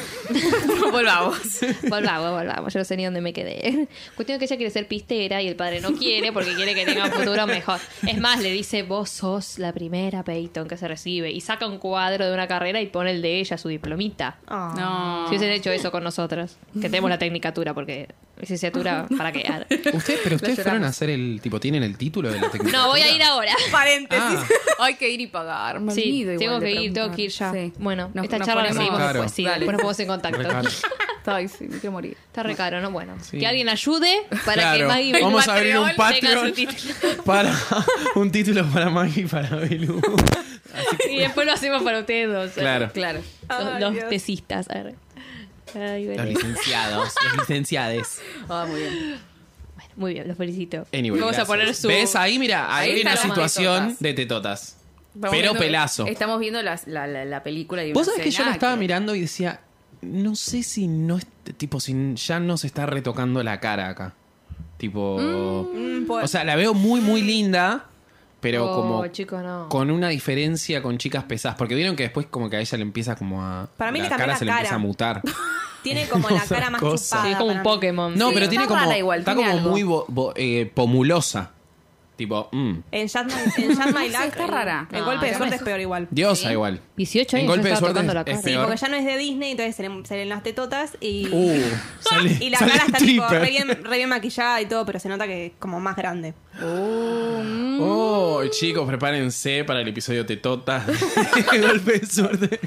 [SPEAKER 5] Volvamos.
[SPEAKER 4] volvamos, volvamos. Yo no sé ni dónde me quedé. Cuestión es que ella quiere ser pistera y el padre no quiere porque quiere que tenga un futuro mejor. Es más, le dice: Vos sos la primera Peyton que se recibe. Y saca un cuadro de una carrera y pone el de ella, su diplomita.
[SPEAKER 3] Ah.
[SPEAKER 5] No.
[SPEAKER 4] Si hubiesen hecho eso con nosotros, que tenemos la tecnicatura, porque licenciatura para qué. Ah,
[SPEAKER 1] ¿Ustedes, pero ustedes
[SPEAKER 5] lloramos.
[SPEAKER 1] fueron a hacer el tipo, tienen el título de la técnica.
[SPEAKER 4] No, voy a ir ahora.
[SPEAKER 5] Paréntesis.
[SPEAKER 1] Ah.
[SPEAKER 5] Hay que ir y pagar. Me
[SPEAKER 4] Sí,
[SPEAKER 5] olvido
[SPEAKER 4] tengo
[SPEAKER 5] igual de
[SPEAKER 4] que ir, tengo
[SPEAKER 5] preguntar.
[SPEAKER 4] que ir ya.
[SPEAKER 5] Sí.
[SPEAKER 4] Bueno,
[SPEAKER 5] Nos-
[SPEAKER 4] esta
[SPEAKER 5] nos
[SPEAKER 4] charla la
[SPEAKER 5] ponemos-
[SPEAKER 4] seguimos
[SPEAKER 1] Claro.
[SPEAKER 4] después. Sí,
[SPEAKER 5] Dale.
[SPEAKER 4] después nos ponemos en
[SPEAKER 1] Re
[SPEAKER 4] contacto.
[SPEAKER 1] caro.
[SPEAKER 5] Ay, sí, me quiero morir.
[SPEAKER 4] Está re caro, ¿no? Bueno,
[SPEAKER 1] Sí.
[SPEAKER 4] que alguien ayude para
[SPEAKER 1] Claro,
[SPEAKER 4] que Maggie Belu
[SPEAKER 1] vamos a abrir un
[SPEAKER 4] tenga
[SPEAKER 1] Patreon
[SPEAKER 4] su título.
[SPEAKER 1] para un título para Maggie y para Belu.
[SPEAKER 4] Y después lo hacemos para ustedes dos.
[SPEAKER 1] Claro.
[SPEAKER 5] Claro.
[SPEAKER 4] Los,
[SPEAKER 3] Ay,
[SPEAKER 4] los
[SPEAKER 3] Dios.
[SPEAKER 4] tesistas. a ver. Ay,
[SPEAKER 1] Los
[SPEAKER 4] Belén.
[SPEAKER 1] licenciados, los licenciades.
[SPEAKER 5] Ah, muy bien.
[SPEAKER 4] Bueno, muy bien, los felicito.
[SPEAKER 1] Anyway,
[SPEAKER 4] vamos
[SPEAKER 1] gracias.
[SPEAKER 4] a poner su.
[SPEAKER 1] ¿Ves? Ahí, mira, ahí,
[SPEAKER 5] Ahí
[SPEAKER 1] hay
[SPEAKER 5] está
[SPEAKER 1] una
[SPEAKER 5] la
[SPEAKER 1] situación
[SPEAKER 5] mamá
[SPEAKER 1] de tetotas.
[SPEAKER 5] Estamos
[SPEAKER 1] pero
[SPEAKER 5] viendo-
[SPEAKER 1] pelazo.
[SPEAKER 2] este
[SPEAKER 5] Estamos viendo las- la, la, la película y
[SPEAKER 1] Vos
[SPEAKER 5] una
[SPEAKER 1] sabés que yo
[SPEAKER 5] escena
[SPEAKER 1] la estaba mirando y decía, no sé si no es, tipo, si ya nos está retocando la cara acá. Tipo...
[SPEAKER 3] Mm, pues-
[SPEAKER 1] o sea, la veo muy, muy linda, pero
[SPEAKER 4] Oh,
[SPEAKER 1] como...
[SPEAKER 4] chico, no.
[SPEAKER 1] Con una diferencia con chicas pesadas, porque vieron que después como que a ella le empieza como a...
[SPEAKER 3] Para mí
[SPEAKER 1] la
[SPEAKER 3] le cambió
[SPEAKER 1] cara
[SPEAKER 3] la
[SPEAKER 1] se le
[SPEAKER 3] cara.
[SPEAKER 1] empieza a mutar.
[SPEAKER 3] Tiene como la cara más
[SPEAKER 1] Cosa.
[SPEAKER 3] chupada.
[SPEAKER 4] Sí,
[SPEAKER 5] Ah,
[SPEAKER 4] es como
[SPEAKER 3] para
[SPEAKER 4] un
[SPEAKER 3] mí.
[SPEAKER 4] Pokémon.
[SPEAKER 1] No,
[SPEAKER 4] sí.
[SPEAKER 1] pero
[SPEAKER 5] está
[SPEAKER 1] tiene como...
[SPEAKER 5] rara igual,
[SPEAKER 1] está
[SPEAKER 5] tiene
[SPEAKER 1] como
[SPEAKER 5] algo.
[SPEAKER 1] muy bo- bo- eh, pomulosa. Tipo, mm,
[SPEAKER 3] En Shut My, en Shut My
[SPEAKER 5] Sí,
[SPEAKER 3] Luck,
[SPEAKER 5] está
[SPEAKER 3] el-
[SPEAKER 5] rara.
[SPEAKER 3] El
[SPEAKER 4] No,
[SPEAKER 3] golpe de
[SPEAKER 4] Ah, ya
[SPEAKER 3] suerte
[SPEAKER 4] me-
[SPEAKER 3] es peor igual.
[SPEAKER 1] diosa igual.
[SPEAKER 4] 18
[SPEAKER 1] En
[SPEAKER 4] años.
[SPEAKER 1] golpe
[SPEAKER 4] ya
[SPEAKER 1] de
[SPEAKER 4] estaba
[SPEAKER 1] suerte
[SPEAKER 4] tocando la
[SPEAKER 1] es
[SPEAKER 4] cara.
[SPEAKER 3] Sí,
[SPEAKER 1] peor.
[SPEAKER 3] porque ya no es de Disney, entonces salen, salen las tetotas y,
[SPEAKER 1] Uh, sale-
[SPEAKER 3] y la
[SPEAKER 1] sale
[SPEAKER 3] cara está tipo
[SPEAKER 1] stripper.
[SPEAKER 3] re bien, re bien maquillada y todo, pero se nota que es como más grande. mm.
[SPEAKER 1] Oh, chicos, prepárense para el episodio Tetota. Golpe de suerte.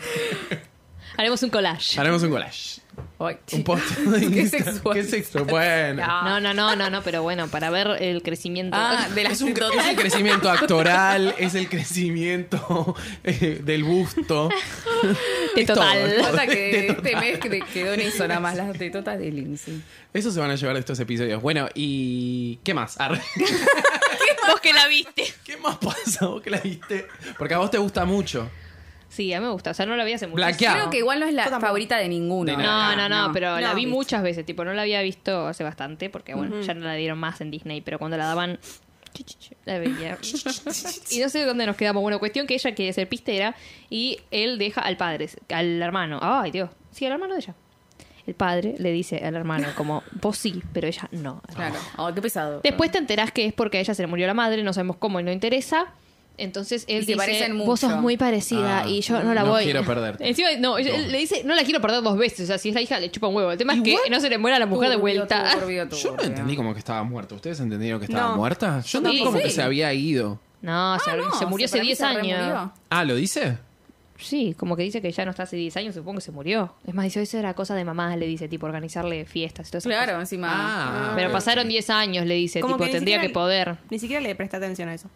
[SPEAKER 4] Haremos un collage.
[SPEAKER 1] Haremos un collage.
[SPEAKER 5] Ay,
[SPEAKER 1] Un
[SPEAKER 5] chico.
[SPEAKER 1] post. de
[SPEAKER 5] Qué
[SPEAKER 1] Instagram.
[SPEAKER 5] sexual.
[SPEAKER 1] Qué sexo. Bueno.
[SPEAKER 5] Ya.
[SPEAKER 4] No, no, no, no, no, pero bueno, para ver el crecimiento.
[SPEAKER 5] Ah, de las
[SPEAKER 1] Es, un, cre-
[SPEAKER 5] tetotas.
[SPEAKER 1] es el crecimiento actoral, es el crecimiento eh, del busto. Es todo,
[SPEAKER 4] Tetotal.
[SPEAKER 1] es todo.
[SPEAKER 5] Cosa que este
[SPEAKER 1] Tetotal.
[SPEAKER 5] mes que- quedó en eso nada más, las tetotas de Lindsay.
[SPEAKER 1] Eso se van a llevar de estos episodios. Bueno, ¿y qué más? Arre.
[SPEAKER 4] Vos que la viste.
[SPEAKER 1] ¿Qué más pasa? ¿Vos que la viste? Porque a vos te gusta mucho.
[SPEAKER 4] Sí, a mí me gusta. O sea, no la vi hace mucho.
[SPEAKER 1] Blaqueado.
[SPEAKER 5] Creo que igual no es la favorita de ninguno.
[SPEAKER 1] De
[SPEAKER 4] No, no, no, pero la
[SPEAKER 3] No,
[SPEAKER 4] vi
[SPEAKER 3] viste.
[SPEAKER 4] muchas veces, tipo, no la había visto hace bastante, porque bueno, ya no la dieron más en Disney, pero cuando la daban, la veía. y no sé dónde nos quedamos. Bueno, cuestión que ella quiere ser pistera y él deja al padre, al hermano. Ay, Dios, sí, al hermano de ella. el padre le dice al hermano como, vos sí, pero ella no.
[SPEAKER 2] Claro. Oh, qué pesado.
[SPEAKER 4] Después te enterás que es porque a ella se le murió la madre, no sabemos cómo y no interesa. Entonces él
[SPEAKER 5] se
[SPEAKER 4] dice,
[SPEAKER 5] parecen
[SPEAKER 4] vos sos
[SPEAKER 5] mucho".
[SPEAKER 4] muy parecida
[SPEAKER 1] Ah,
[SPEAKER 4] y yo no la
[SPEAKER 1] no
[SPEAKER 4] voy.
[SPEAKER 1] quiero perderte.
[SPEAKER 4] Encima, no, ella- él le dice, no la quiero perder dos veces. O sea, si es la hija, le chupa un huevo. El tema es que no se le muera la mujer de vuelta.
[SPEAKER 1] Yo no entendí como que estaba muerta. ¿Ustedes entendieron que estaba
[SPEAKER 3] No.
[SPEAKER 1] muerta? Yo entendí
[SPEAKER 4] Sí.
[SPEAKER 1] como que
[SPEAKER 5] Sí.
[SPEAKER 1] se había ido.
[SPEAKER 4] No, se,
[SPEAKER 5] Ah,
[SPEAKER 4] se murió hace 10 años.
[SPEAKER 1] Ah, ¿lo dice?
[SPEAKER 4] Sí, como que dice que ya no está hace 10 años, supongo que se murió. Es más, dice, eso era cosa de mamá, le dice, tipo, organizarle fiestas y todo eso.
[SPEAKER 2] Claro, encima.
[SPEAKER 1] Ah,
[SPEAKER 4] Pero
[SPEAKER 1] ok,
[SPEAKER 4] pasaron
[SPEAKER 1] ok.
[SPEAKER 4] 10 años, le dice,
[SPEAKER 3] Como
[SPEAKER 4] tipo,
[SPEAKER 3] ni
[SPEAKER 4] tendría
[SPEAKER 3] siquiera-
[SPEAKER 4] que poder.
[SPEAKER 3] Ni siquiera le presta atención a eso.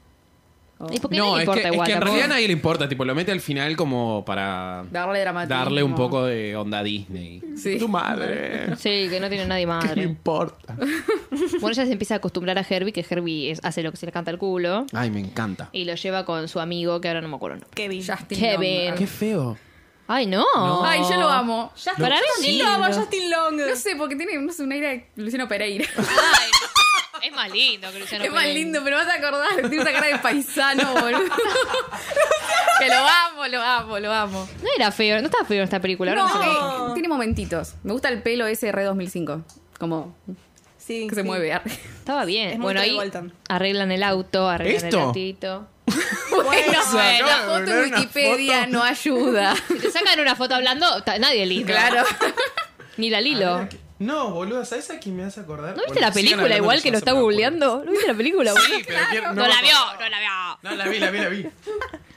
[SPEAKER 4] ¿Y por qué no,
[SPEAKER 1] No,
[SPEAKER 4] le
[SPEAKER 1] es que,
[SPEAKER 4] importa
[SPEAKER 1] es
[SPEAKER 4] igual?
[SPEAKER 1] que en
[SPEAKER 4] tampoco?
[SPEAKER 1] realidad nadie le importa. Tipo, lo mete al final como para
[SPEAKER 2] Darle dramatismo.
[SPEAKER 1] darle un poco de onda Disney.
[SPEAKER 2] Sí.
[SPEAKER 1] Tu madre.
[SPEAKER 4] Sí, que no tiene nadie
[SPEAKER 1] ¿Qué me
[SPEAKER 4] madre.
[SPEAKER 1] importa?
[SPEAKER 4] Bueno, ella se empieza a acostumbrar a Herbie, que Herbie es- hace lo que se le canta el culo.
[SPEAKER 1] Ay, me encanta.
[SPEAKER 4] Y lo lleva con su amigo, que ahora no me acuerdo. el nombre.
[SPEAKER 3] Kevin.
[SPEAKER 2] Justin
[SPEAKER 4] Kevin.
[SPEAKER 2] Long.
[SPEAKER 1] Qué feo.
[SPEAKER 4] ¡Ay, no!
[SPEAKER 2] Ay, yo lo amo. Justin,
[SPEAKER 4] Para mí
[SPEAKER 2] Justin
[SPEAKER 4] sí.
[SPEAKER 2] lo amo, Justin Long. No sé, porque tiene no sé, un aire de Luciano Pereira.
[SPEAKER 4] Ay, es más lindo que Luciano
[SPEAKER 2] es más
[SPEAKER 4] Pereira.
[SPEAKER 2] lindo, pero vas a acordar. Tiene una cara de paisano, boludo. que lo amo, lo amo, lo amo.
[SPEAKER 4] No era feo, no estaba feo en esta película. ahora no sé qué.
[SPEAKER 2] No, eh, tiene momentitos. Me gusta el pelo ese R2005. Como
[SPEAKER 3] Sí,
[SPEAKER 2] que se
[SPEAKER 3] sí.
[SPEAKER 2] mueve. arre.
[SPEAKER 4] Estaba bien.
[SPEAKER 3] Es muy
[SPEAKER 4] bueno,
[SPEAKER 3] Troy
[SPEAKER 4] ahí
[SPEAKER 3] Bolton.
[SPEAKER 4] arreglan el auto, arreglan
[SPEAKER 1] ¿Esto?
[SPEAKER 4] el autito.
[SPEAKER 2] bueno,
[SPEAKER 1] Eso,
[SPEAKER 2] bueno, la
[SPEAKER 1] acabo de
[SPEAKER 2] foto
[SPEAKER 1] ver
[SPEAKER 2] en
[SPEAKER 1] una
[SPEAKER 2] Wikipedia
[SPEAKER 1] foto.
[SPEAKER 2] no ayuda.
[SPEAKER 4] Si te sacan una foto hablando, ta- nadie lindo.
[SPEAKER 2] Claro.
[SPEAKER 4] Ni la Lilo.
[SPEAKER 1] Ah, No, boluda, ¿sabes a quién me hace acordar?
[SPEAKER 4] ¿No viste la película igual que lo está googleando? ¿No viste la película, boludo?
[SPEAKER 1] Sí, pero quiero-
[SPEAKER 4] No
[SPEAKER 1] me
[SPEAKER 4] la vio,
[SPEAKER 1] acordaba.
[SPEAKER 4] no la vio.
[SPEAKER 1] No, la vi, la vi, la vi.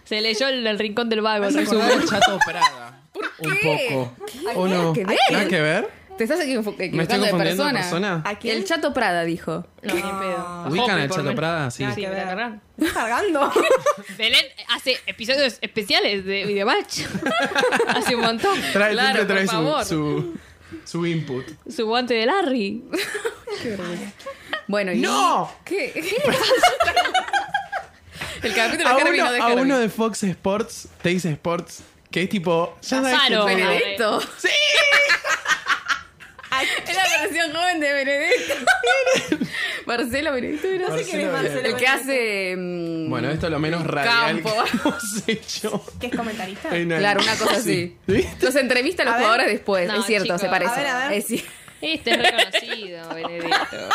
[SPEAKER 4] Se leyó el, el rincón del vago.
[SPEAKER 1] Me hace
[SPEAKER 4] el resumen.
[SPEAKER 1] acordar de Chato Prada. Un poco. ¿O no?
[SPEAKER 2] que ver.
[SPEAKER 1] ¿Nada que ver?
[SPEAKER 2] Te estás equivo-
[SPEAKER 1] ¿Me estoy
[SPEAKER 2] equivocando de
[SPEAKER 1] confundiendo de
[SPEAKER 2] persona.
[SPEAKER 1] persona?
[SPEAKER 3] ¿A quién?
[SPEAKER 2] El Chato Prada dijo.
[SPEAKER 4] No, ni en
[SPEAKER 2] Ah.
[SPEAKER 4] pedo.
[SPEAKER 1] ¿Ubican
[SPEAKER 4] Hopi,
[SPEAKER 1] al
[SPEAKER 4] por
[SPEAKER 1] Chato
[SPEAKER 4] menos.
[SPEAKER 1] Prada? Sí.
[SPEAKER 3] Nada que
[SPEAKER 4] Sí, me
[SPEAKER 3] ver.
[SPEAKER 4] la cargan.
[SPEAKER 3] ¿Estás cargando?
[SPEAKER 4] Belén hace episodios especiales de Videomatch. hace un montón.
[SPEAKER 1] Trae,
[SPEAKER 2] Claro,
[SPEAKER 1] siempre trae
[SPEAKER 2] por favor.
[SPEAKER 1] su, su, su input.
[SPEAKER 4] Su guante de Larry.
[SPEAKER 2] Bueno, y-
[SPEAKER 1] ¡No!
[SPEAKER 2] ¿Qué? El capítulo
[SPEAKER 1] A
[SPEAKER 2] de Herbie
[SPEAKER 1] uno,
[SPEAKER 2] no de
[SPEAKER 1] a
[SPEAKER 2] Herbie.
[SPEAKER 1] uno de Fox Sports, te dice Sports, que es tipo. Ya sabes
[SPEAKER 4] Lazaro.
[SPEAKER 1] quién sos.
[SPEAKER 2] Benedetto. Sí. Es la versión joven de Benedetto. Marcelo Benedetto era
[SPEAKER 3] No sé quién es
[SPEAKER 1] Marcelo
[SPEAKER 3] Marcelo.
[SPEAKER 2] el que hace. mm,
[SPEAKER 1] Bueno, esto es lo menos radial
[SPEAKER 2] Campo.
[SPEAKER 1] que hemos hecho.
[SPEAKER 3] ¿Que es comentarista?
[SPEAKER 1] en algo.
[SPEAKER 2] Claro, una cosa así.
[SPEAKER 1] Sí. ¿Sí?
[SPEAKER 2] Los entrevista a los
[SPEAKER 3] A ver.
[SPEAKER 2] jugadores después.
[SPEAKER 4] No,
[SPEAKER 2] es cierto,
[SPEAKER 4] chicos.
[SPEAKER 2] se parece.
[SPEAKER 3] A ver, a ver.
[SPEAKER 2] Es ci-
[SPEAKER 4] Este es reconocido, Benedetto.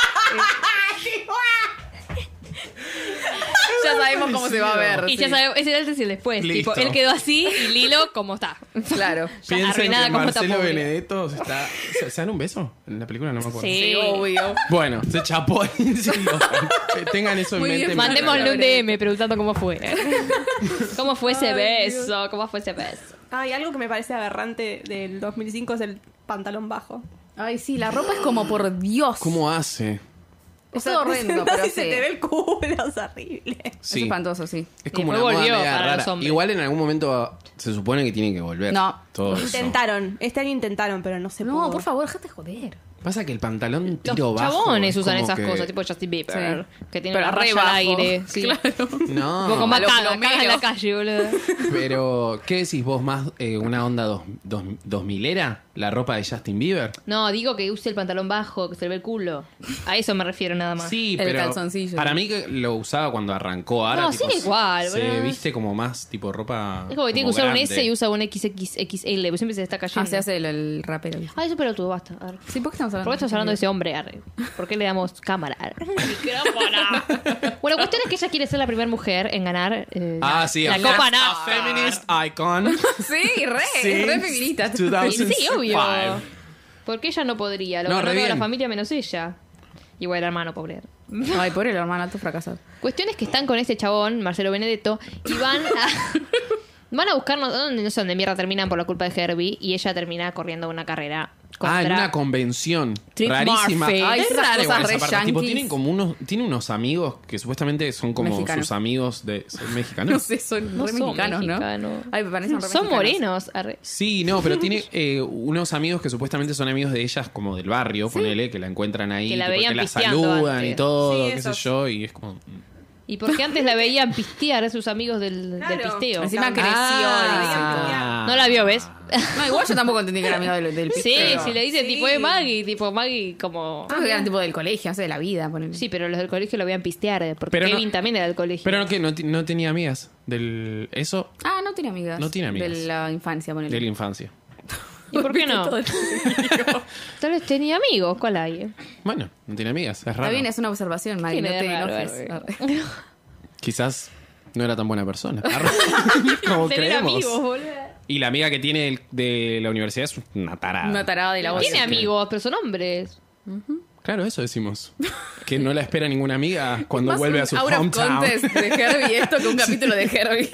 [SPEAKER 2] ya sabemos cómo se va a ver.
[SPEAKER 4] Y
[SPEAKER 2] sí.
[SPEAKER 4] ya sabemos, es el antes y el después.
[SPEAKER 1] Listo.
[SPEAKER 4] Tipo, él quedó así y Lilo como está.
[SPEAKER 2] Claro.
[SPEAKER 1] Piensen
[SPEAKER 4] arruinada
[SPEAKER 1] que
[SPEAKER 4] como está
[SPEAKER 1] Marcelo
[SPEAKER 4] pobre.
[SPEAKER 1] Benedetto se está. ¿Se, se dan un beso? En la película no me acuerdo.
[SPEAKER 4] Sí.
[SPEAKER 2] Sí, obvio.
[SPEAKER 1] Bueno, se chapó el incendio. Tengan eso en
[SPEAKER 2] Muy
[SPEAKER 1] mente.
[SPEAKER 2] bien,
[SPEAKER 1] mientras-
[SPEAKER 4] Mandémosle un DM preguntando cómo fue. ¿Cómo fue ese beso? ¿Cómo fue ese beso?
[SPEAKER 3] Ay, algo que me parece aberrante del 2005 es el pantalón bajo.
[SPEAKER 2] Ay, sí, la ropa es como por Dios.
[SPEAKER 1] ¿Cómo hace?
[SPEAKER 2] Es todo horrendo,
[SPEAKER 3] no,
[SPEAKER 2] pero
[SPEAKER 3] si se
[SPEAKER 2] sí.
[SPEAKER 3] te ve el culo, es horrible.
[SPEAKER 2] Es espantoso, sí.
[SPEAKER 1] Es como una
[SPEAKER 4] Después
[SPEAKER 1] moda
[SPEAKER 4] volvió
[SPEAKER 1] media
[SPEAKER 4] para los
[SPEAKER 1] rara.
[SPEAKER 4] hombres.
[SPEAKER 1] Igual en algún momento se supone que tiene que volver.
[SPEAKER 2] No.
[SPEAKER 1] Todo eso.
[SPEAKER 3] Intentaron, este año intentaron, pero no se pudo.
[SPEAKER 2] No, por favor, déjate joder.
[SPEAKER 1] Pasa que el pantalón
[SPEAKER 4] Los
[SPEAKER 1] tiro bajo.
[SPEAKER 4] chabones
[SPEAKER 1] es
[SPEAKER 4] usan
[SPEAKER 1] como
[SPEAKER 4] esas
[SPEAKER 1] que-
[SPEAKER 4] cosas, tipo Justin Bieber,
[SPEAKER 2] Sí.
[SPEAKER 4] que tiene
[SPEAKER 2] Pero
[SPEAKER 4] la
[SPEAKER 2] re
[SPEAKER 4] raya al
[SPEAKER 2] bajo.
[SPEAKER 4] aire. Sí.
[SPEAKER 1] No.
[SPEAKER 4] Un poco más
[SPEAKER 2] A lo
[SPEAKER 4] caga,
[SPEAKER 2] plomero.
[SPEAKER 4] caga en la calle, boludo.
[SPEAKER 1] Pero, ¿qué decís vos más? eh, ¿Una onda dos, dos, dos milera? ¿La ropa de Justin Bieber?
[SPEAKER 4] No, digo que use el pantalón bajo, que se le ve el culo. A eso me refiero nada más.
[SPEAKER 1] Sí,
[SPEAKER 2] El
[SPEAKER 1] pero
[SPEAKER 2] calzoncillo.
[SPEAKER 1] para mí que lo usaba cuando arrancó. Ahora
[SPEAKER 4] No,
[SPEAKER 1] tipo,
[SPEAKER 4] sigue
[SPEAKER 1] se-
[SPEAKER 4] igual,
[SPEAKER 1] Se
[SPEAKER 4] boludo.
[SPEAKER 1] viste como más tipo ropa.
[SPEAKER 4] Es como que tiene que usar un
[SPEAKER 1] grande.
[SPEAKER 4] S y usa un XXXL, pues siempre se está cayendo.
[SPEAKER 2] Ah, se hace el, el rapero.
[SPEAKER 4] Ah, eso pero tú, basta. arre.
[SPEAKER 2] Sí, ¿por qué estamos hablando?
[SPEAKER 4] ¿Por qué estamos hablando de ese hombre? Arre? ¿Por qué le damos cámara? Arre? bueno, cuestión es que ella quiere ser la primera mujer en ganar eh,
[SPEAKER 1] Ah, sí,
[SPEAKER 4] la
[SPEAKER 1] a
[SPEAKER 4] Copa
[SPEAKER 1] fem- a
[SPEAKER 4] NAFTA.
[SPEAKER 1] Feminist Icon.
[SPEAKER 2] Sí, re, re
[SPEAKER 1] since
[SPEAKER 2] feminista.
[SPEAKER 1] 2005.
[SPEAKER 4] Sí, obvio. Porque ella no podría, lo
[SPEAKER 1] No,
[SPEAKER 4] ganó
[SPEAKER 1] re
[SPEAKER 4] toda la
[SPEAKER 1] bien.
[SPEAKER 4] familia menos ella. Igual el hermano, pobre.
[SPEAKER 2] Ay, pobre el hermano, tú fracasado.
[SPEAKER 4] Cuestión es que están con este chabón, Marcelo Benedetto, y van a. Van a buscar, no, no- no sé dónde mierda terminan por la culpa de Herbie, y ella termina corriendo una carrera. Contra...
[SPEAKER 1] Ah, en una convención.
[SPEAKER 4] Trick
[SPEAKER 1] Rarísima.
[SPEAKER 4] Murphy.
[SPEAKER 2] Ay,
[SPEAKER 1] es
[SPEAKER 2] esas
[SPEAKER 1] raro igual
[SPEAKER 2] cosas
[SPEAKER 1] esa
[SPEAKER 2] re
[SPEAKER 1] parte. Tipo,
[SPEAKER 2] yanquis.
[SPEAKER 1] tienen como unos, tiene unos amigos que supuestamente son como
[SPEAKER 2] Mexicanos.
[SPEAKER 1] sus amigos de ¿son mexicanos.
[SPEAKER 2] No sé, son
[SPEAKER 4] No
[SPEAKER 2] re
[SPEAKER 4] son
[SPEAKER 2] mexicanos,
[SPEAKER 4] mexicanos.
[SPEAKER 2] ¿no? Ay, me parecen re
[SPEAKER 4] Son
[SPEAKER 2] mexicanos.
[SPEAKER 4] morenos. arre.
[SPEAKER 1] Sí, no, pero tiene eh, unos amigos que supuestamente son amigos de ellas, como del barrio, ponele, que la encuentran ahí,
[SPEAKER 4] Que la
[SPEAKER 1] tipo,
[SPEAKER 4] veían
[SPEAKER 1] la
[SPEAKER 4] pisteando
[SPEAKER 1] saludan
[SPEAKER 4] antes.
[SPEAKER 1] y todo,
[SPEAKER 3] Sí,
[SPEAKER 1] qué sé
[SPEAKER 3] esos.
[SPEAKER 1] yo, y es como.
[SPEAKER 4] Y porque antes la veían pistear a sus amigos del,
[SPEAKER 3] Claro.
[SPEAKER 4] del pisteo.
[SPEAKER 2] Encima
[SPEAKER 3] Ah.
[SPEAKER 2] creció.
[SPEAKER 4] No la vio, ¿ves?
[SPEAKER 2] dicen. No, igual yo tampoco entendí que era amigo del, del
[SPEAKER 4] Sí,
[SPEAKER 2] pisteo.
[SPEAKER 4] si le dicen
[SPEAKER 3] Sí.
[SPEAKER 4] tipo, es Maggie, tipo, Maggie como...
[SPEAKER 2] Creo que eran tipo del colegio, no sé, de la vida, ponele.
[SPEAKER 4] Sí, pero los del colegio lo veían pistear, eh, porque
[SPEAKER 1] Pero no-
[SPEAKER 4] Kevin también era del colegio.
[SPEAKER 1] Pero no que no, ti- no tenía amigas del eso
[SPEAKER 2] Ah, no tiene amigas.
[SPEAKER 1] No tiene amigas.
[SPEAKER 2] De la infancia, ponele.
[SPEAKER 1] de la infancia.
[SPEAKER 4] ¿Y por qué no?
[SPEAKER 2] Todo el lío.
[SPEAKER 4] Tal vez tenía amigos, ¿cuál hay? eh?
[SPEAKER 1] Bueno, no tiene amigas, es
[SPEAKER 2] Está
[SPEAKER 1] raro.
[SPEAKER 2] bien, es una observación, Mari, no
[SPEAKER 4] Tiene de
[SPEAKER 2] te
[SPEAKER 4] raro,
[SPEAKER 2] enojes.
[SPEAKER 4] eh.
[SPEAKER 1] Quizás no era tan buena persona. Como
[SPEAKER 4] Tener
[SPEAKER 1] creemos.
[SPEAKER 4] amigos, boludo.
[SPEAKER 1] Y la amiga que tiene el- de la universidad es una tarada.
[SPEAKER 2] Una tarada de la voz.
[SPEAKER 4] Tiene amigos, pero son hombres.
[SPEAKER 1] Claro, eso decimos. Que no la espera ninguna amiga cuando
[SPEAKER 2] Más
[SPEAKER 1] vuelve
[SPEAKER 2] un
[SPEAKER 1] a su
[SPEAKER 2] out of
[SPEAKER 1] hometown.
[SPEAKER 2] contest de Herbie esto que un capítulo de Herbie.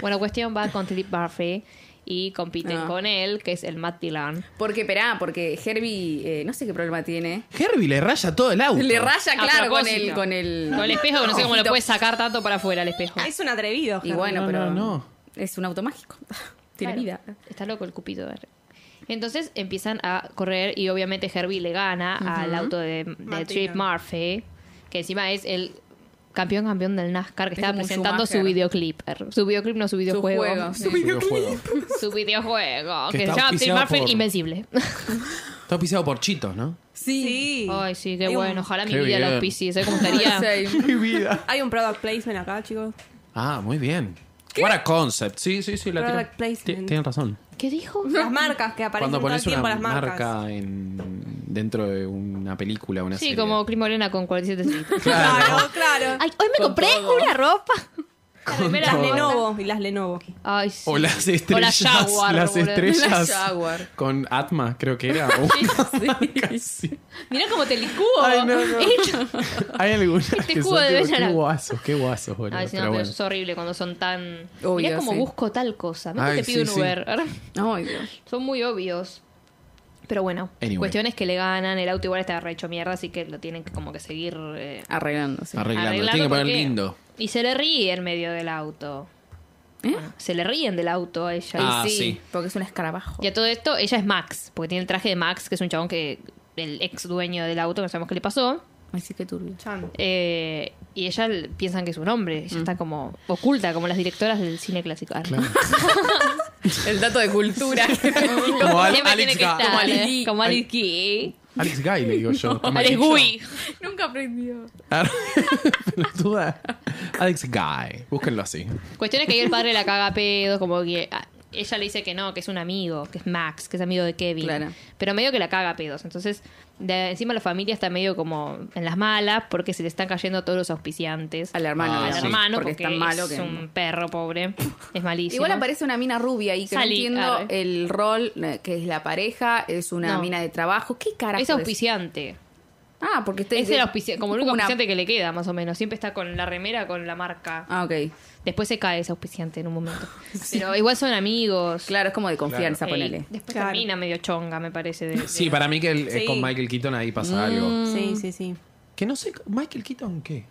[SPEAKER 4] Bueno, cuestión va con Philip Murphy y compiten
[SPEAKER 2] Ah.
[SPEAKER 4] con él, que es el Matt Dillon.
[SPEAKER 2] Porque, perá, porque Herbie, eh, no sé qué problema tiene.
[SPEAKER 1] Herbie le raya todo el auto.
[SPEAKER 2] Le raya,
[SPEAKER 4] A
[SPEAKER 2] claro, con
[SPEAKER 4] propósito.
[SPEAKER 2] el, con el...
[SPEAKER 4] Con el espejo, que no sé cómo lo
[SPEAKER 2] Ojito.
[SPEAKER 4] puedes sacar tanto para afuera el espejo.
[SPEAKER 3] Ah, Es un atrevido.
[SPEAKER 2] Y
[SPEAKER 3] Harry.
[SPEAKER 2] bueno,
[SPEAKER 1] No,
[SPEAKER 2] pero
[SPEAKER 1] no, no.
[SPEAKER 2] es un auto mágico. Tiene
[SPEAKER 4] Claro.
[SPEAKER 2] vida.
[SPEAKER 4] Está loco el cupido. eh. Entonces empiezan a correr y obviamente Herbie le gana al auto de, de
[SPEAKER 3] Martina.
[SPEAKER 4] Chip Murphy, que encima es el campeón campeón del NASCAR que
[SPEAKER 2] Es
[SPEAKER 4] estaba
[SPEAKER 2] como un
[SPEAKER 4] presentando su
[SPEAKER 2] Schumacher.
[SPEAKER 4] videoclip. er, Su videoclip, no su
[SPEAKER 2] Su
[SPEAKER 4] videojuego.
[SPEAKER 2] juego. sí.
[SPEAKER 1] Videojuego.
[SPEAKER 4] Su videojuego,
[SPEAKER 1] Que
[SPEAKER 4] que, se
[SPEAKER 1] está
[SPEAKER 4] llama Phil
[SPEAKER 1] auspiciado
[SPEAKER 4] Murphy
[SPEAKER 1] por-
[SPEAKER 4] Invencible.
[SPEAKER 1] Está pisado por chitos, ¿no?
[SPEAKER 3] Sí.
[SPEAKER 4] Ay, sí, qué
[SPEAKER 3] Hay un-
[SPEAKER 4] bueno. Ojalá mi
[SPEAKER 1] Qué
[SPEAKER 4] vida
[SPEAKER 1] bien.
[SPEAKER 4] lo auspicie. ¿Sabes cómo
[SPEAKER 2] O sea,
[SPEAKER 4] estaría?
[SPEAKER 2] y-
[SPEAKER 1] Mi vida.
[SPEAKER 3] Hay un product placement acá, chicos.
[SPEAKER 1] Ah, muy bien. What a concept. Sí, sí, sí, la
[SPEAKER 3] Product
[SPEAKER 1] tiro.
[SPEAKER 3] placement.
[SPEAKER 1] Ti- Tienen razón.
[SPEAKER 4] ¿Qué dijo?
[SPEAKER 3] Las marcas que aparecen
[SPEAKER 1] Cuando
[SPEAKER 3] todo el
[SPEAKER 1] pones una
[SPEAKER 3] tiempo, las marcas.
[SPEAKER 1] marca en, dentro de una película, una
[SPEAKER 4] Sí,
[SPEAKER 1] serie.
[SPEAKER 4] como Cris Morena con 47 centitos.
[SPEAKER 3] Claro, claro.
[SPEAKER 4] Ay, hoy me compré una ropa.
[SPEAKER 1] Con
[SPEAKER 4] Remeras
[SPEAKER 1] todo.
[SPEAKER 3] Las Lenovo y las Lenovo.
[SPEAKER 4] Ay, sí.
[SPEAKER 1] O las estrellas.
[SPEAKER 4] Jaguar,
[SPEAKER 1] las
[SPEAKER 4] boludo.
[SPEAKER 1] estrellas.
[SPEAKER 2] La Jaguar.
[SPEAKER 1] Con Atma, creo que era. Casi.
[SPEAKER 4] Mirá cómo te licúo.
[SPEAKER 1] Ay, no, no.
[SPEAKER 4] Hecho.
[SPEAKER 1] Hay algunas
[SPEAKER 4] Oh, Este
[SPEAKER 1] que
[SPEAKER 4] jugo
[SPEAKER 1] son
[SPEAKER 4] de
[SPEAKER 1] tipo,
[SPEAKER 4] avellana.
[SPEAKER 1] qué guasos, qué guasos, boludo.
[SPEAKER 4] Ay, sí, no,
[SPEAKER 1] pero
[SPEAKER 4] pero
[SPEAKER 1] bueno.
[SPEAKER 4] es horrible cuando son tan.
[SPEAKER 2] Obvio,
[SPEAKER 4] Mirá cómo
[SPEAKER 2] sí.
[SPEAKER 4] busco tal cosa. Mirá
[SPEAKER 1] Ay,
[SPEAKER 4] que te pido
[SPEAKER 1] sí,
[SPEAKER 4] un
[SPEAKER 1] sí.
[SPEAKER 4] Uber.
[SPEAKER 2] Ay, Dios.
[SPEAKER 4] Son muy obvios. Pero bueno,
[SPEAKER 1] Anyway.
[SPEAKER 4] cuestión es que le ganan. El auto igual está re hecho mierda, así que lo tienen que como que seguir. eh,
[SPEAKER 2] Arreglándose.
[SPEAKER 1] Arreglando. Tiene que poner
[SPEAKER 4] porque-
[SPEAKER 1] lindo.
[SPEAKER 4] Y se le ríe en medio del auto. Bueno, se le ríen del auto a ella.
[SPEAKER 1] Ah,
[SPEAKER 2] ¿Eh? sí,
[SPEAKER 1] sí.
[SPEAKER 2] porque es un escarabajo.
[SPEAKER 4] Y a todo esto, ella es Max, porque tiene el traje de Max, que es un chabón que. el ex dueño del auto, que no sabemos qué le pasó.
[SPEAKER 2] Así que turbio.
[SPEAKER 3] Chan.
[SPEAKER 4] Eh, y ella l- piensan que es un hombre.
[SPEAKER 2] Mm.
[SPEAKER 4] Ella está como oculta, como las directoras del cine clásico. Ah, no.
[SPEAKER 2] El dato de cultura.
[SPEAKER 1] Como Al-
[SPEAKER 4] Siempre
[SPEAKER 1] Alex
[SPEAKER 4] tiene que
[SPEAKER 1] Ga-
[SPEAKER 4] estar,
[SPEAKER 2] como Alice
[SPEAKER 4] ¿eh?
[SPEAKER 2] Guy.
[SPEAKER 4] Como Alice Guy.
[SPEAKER 1] Alex Guy, le digo yo. Como
[SPEAKER 4] Alex
[SPEAKER 1] dicho.
[SPEAKER 4] Guy.
[SPEAKER 2] Nunca aprendió.
[SPEAKER 1] Ar- Pelotuda. Ah, Alex Guy. Búsquenlo así.
[SPEAKER 4] Cuestión es que ahí el padre la caga a pedo, como que ah, ella le dice que no, que es un amigo, que es Max, que es amigo de Kevin.
[SPEAKER 2] Claro.
[SPEAKER 4] Pero medio que la caga a pedos. Entonces, de- encima la familia está medio como en las malas porque se le están cayendo todos los auspiciantes.
[SPEAKER 2] Al hermano.
[SPEAKER 1] Ah,
[SPEAKER 4] Al
[SPEAKER 2] digamos,
[SPEAKER 1] sí,
[SPEAKER 4] hermano, porque,
[SPEAKER 2] porque, es tan malo
[SPEAKER 4] es
[SPEAKER 2] que...
[SPEAKER 4] un perro pobre. Es malísimo.
[SPEAKER 2] Igual aparece una mina rubia ahí, que
[SPEAKER 4] Sally,
[SPEAKER 2] no entiendo
[SPEAKER 4] arre.
[SPEAKER 2] el rol eh, que es la pareja, es una
[SPEAKER 4] No.
[SPEAKER 2] mina de trabajo. ¿Qué carajo?
[SPEAKER 4] Es auspiciante.
[SPEAKER 2] Ah, porque este
[SPEAKER 4] Es el auspici- como el único
[SPEAKER 2] una-
[SPEAKER 4] auspiciante que le queda, más o menos. Siempre está con la remera, con la marca.
[SPEAKER 2] Ah, ok.
[SPEAKER 4] Después se cae ese auspiciante en un momento. Pero igual son amigos.
[SPEAKER 2] Claro, es como de confianza,
[SPEAKER 4] Ey,
[SPEAKER 2] ponele.
[SPEAKER 4] Después
[SPEAKER 3] Claro.
[SPEAKER 4] termina medio chonga, me parece. de- de-
[SPEAKER 1] Sí, para mí que el- eh,
[SPEAKER 3] Sí.
[SPEAKER 1] con Michael Keaton ahí pasa
[SPEAKER 2] Mm.
[SPEAKER 1] algo.
[SPEAKER 3] Sí, sí, sí.
[SPEAKER 1] Que no sé, Michael Keaton, ¿qué?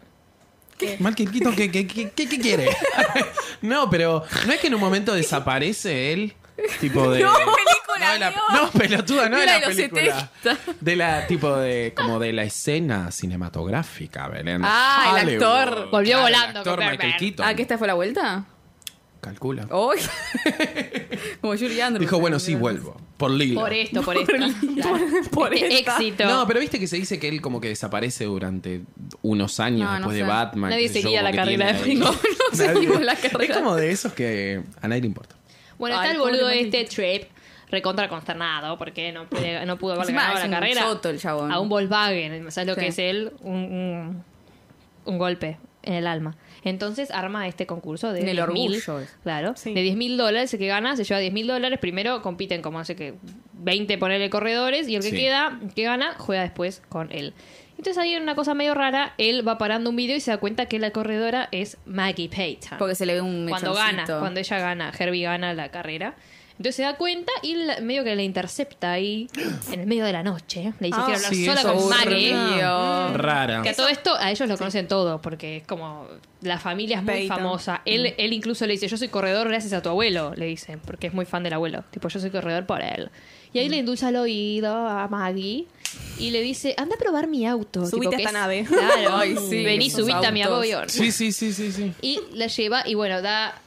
[SPEAKER 1] Michael Keaton, ¿qué, qué, qué, qué- qué quiere? no, pero ¿no es que en un momento desaparece él? Tipo de...
[SPEAKER 2] No, película,
[SPEAKER 1] no, de la-
[SPEAKER 2] Dios.
[SPEAKER 1] no, pelotuda, no
[SPEAKER 2] Película
[SPEAKER 1] de la
[SPEAKER 2] de los
[SPEAKER 1] película.
[SPEAKER 2] 70.
[SPEAKER 1] De la, tipo de, como de la escena cinematográfica, Belén.
[SPEAKER 2] Ah, el
[SPEAKER 1] Hollywood.
[SPEAKER 2] actor.
[SPEAKER 4] Volvió
[SPEAKER 1] Claro,
[SPEAKER 4] volando
[SPEAKER 1] El actor
[SPEAKER 4] con
[SPEAKER 1] Michael
[SPEAKER 4] Pervert.
[SPEAKER 1] Keaton.
[SPEAKER 2] Ah, que Oh, esta fue la vuelta.
[SPEAKER 1] Calcula.
[SPEAKER 2] Hoy. como Julie Andrews.
[SPEAKER 1] Dijo, bueno, sí, vuelvo. Por Lilo.
[SPEAKER 4] Por esto, por esto. Claro.
[SPEAKER 2] Por
[SPEAKER 4] Este
[SPEAKER 2] esta.
[SPEAKER 4] éxito.
[SPEAKER 1] No, pero viste que se dice que él como que desaparece durante unos años
[SPEAKER 2] No, no
[SPEAKER 1] después
[SPEAKER 2] sé.
[SPEAKER 1] de Batman.
[SPEAKER 4] Nadie
[SPEAKER 1] qué sé yo,
[SPEAKER 4] seguía
[SPEAKER 1] como
[SPEAKER 4] la
[SPEAKER 1] que
[SPEAKER 4] carrera
[SPEAKER 1] tiene
[SPEAKER 4] de
[SPEAKER 1] ahí-
[SPEAKER 4] Ringo.
[SPEAKER 2] No seguimos la carrera.
[SPEAKER 1] Es como de esos que a nadie le importa.
[SPEAKER 4] Bueno,
[SPEAKER 2] Ay,
[SPEAKER 4] está el
[SPEAKER 2] pobre
[SPEAKER 4] boludo
[SPEAKER 2] Michael
[SPEAKER 4] este Trip recontra consternado porque no, pude- no pudo haberle
[SPEAKER 2] Encima
[SPEAKER 4] ganado
[SPEAKER 2] es
[SPEAKER 4] la
[SPEAKER 2] un
[SPEAKER 4] carrera
[SPEAKER 2] choto el chabón.
[SPEAKER 4] a un Volkswagen. ¿Sabes lo
[SPEAKER 2] Sí.
[SPEAKER 4] que es él? Un, un- un golpe en el alma. Entonces arma este concurso de
[SPEAKER 2] En el
[SPEAKER 4] 10.000,
[SPEAKER 2] orgullo es.
[SPEAKER 4] claro,
[SPEAKER 3] Sí.
[SPEAKER 4] de 10 mil dólares. El que gana se lleva 10 mil dólares. Primero compiten como hace que 20 ponerle corredores y el que
[SPEAKER 1] Sí.
[SPEAKER 4] queda, que gana, juega después con él. Entonces ahí en una cosa medio rara, él va parando un video y se da cuenta que la corredora es Maggie Payton
[SPEAKER 2] Porque se le ve un
[SPEAKER 4] cuando gana,
[SPEAKER 2] mechoncito.
[SPEAKER 4] cuando ella gana, Herbie gana la carrera. Entonces se da cuenta y la- medio que la intercepta ahí en el medio de la noche. Le dice,
[SPEAKER 3] Ah,
[SPEAKER 4] quiero hablar
[SPEAKER 1] sí,
[SPEAKER 4] sola
[SPEAKER 1] eso
[SPEAKER 4] con
[SPEAKER 1] es
[SPEAKER 4] Maggie.
[SPEAKER 2] Aburrido.
[SPEAKER 1] Rara.
[SPEAKER 4] Que a todo esto, a ellos lo conocen todo, porque es como, la familia es muy
[SPEAKER 3] Peyton.
[SPEAKER 4] famosa. Él, él incluso le dice, yo soy corredor gracias a tu abuelo, le dicen, porque es muy fan del abuelo. Tipo, yo soy corredor por él. Y ahí le endulza el oído a Maggie y le dice, anda a probar mi auto.
[SPEAKER 3] Subite
[SPEAKER 4] Tipo,
[SPEAKER 3] a
[SPEAKER 4] que
[SPEAKER 3] esta
[SPEAKER 4] es-
[SPEAKER 3] nave.
[SPEAKER 4] Claro,
[SPEAKER 2] Ay, sí,
[SPEAKER 4] vení,
[SPEAKER 2] esos
[SPEAKER 4] subite a mi
[SPEAKER 2] autos.
[SPEAKER 4] avión.
[SPEAKER 1] Sí, sí, sí, sí, sí.
[SPEAKER 4] Y la lleva y bueno, da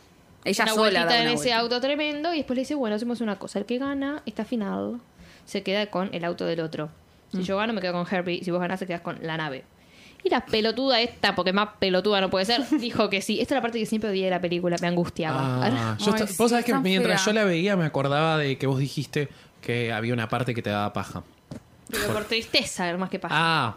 [SPEAKER 2] Ella
[SPEAKER 4] una
[SPEAKER 2] sola
[SPEAKER 4] vueltita
[SPEAKER 2] da
[SPEAKER 4] en
[SPEAKER 2] una
[SPEAKER 4] ese
[SPEAKER 2] vuelta.
[SPEAKER 4] auto tremendo y después le dice, bueno, hacemos una cosa, el que gana está final, se queda con el auto del otro. Si yo gano me quedo con Herbie, si vos ganás te quedas con la nave. Y la pelotuda esta, porque más pelotuda no puede ser, dijo que sí. Esta es la parte que siempre odié de la película, me angustiaba.
[SPEAKER 1] Ah, yo
[SPEAKER 2] Ay,
[SPEAKER 1] esta-
[SPEAKER 2] sí,
[SPEAKER 1] vos sabés que
[SPEAKER 2] tan
[SPEAKER 1] mientras
[SPEAKER 2] fea.
[SPEAKER 1] yo la veía me acordaba de que vos dijiste que había una parte que te daba paja.
[SPEAKER 4] Pero por tristeza, más que pasa.
[SPEAKER 1] Ah,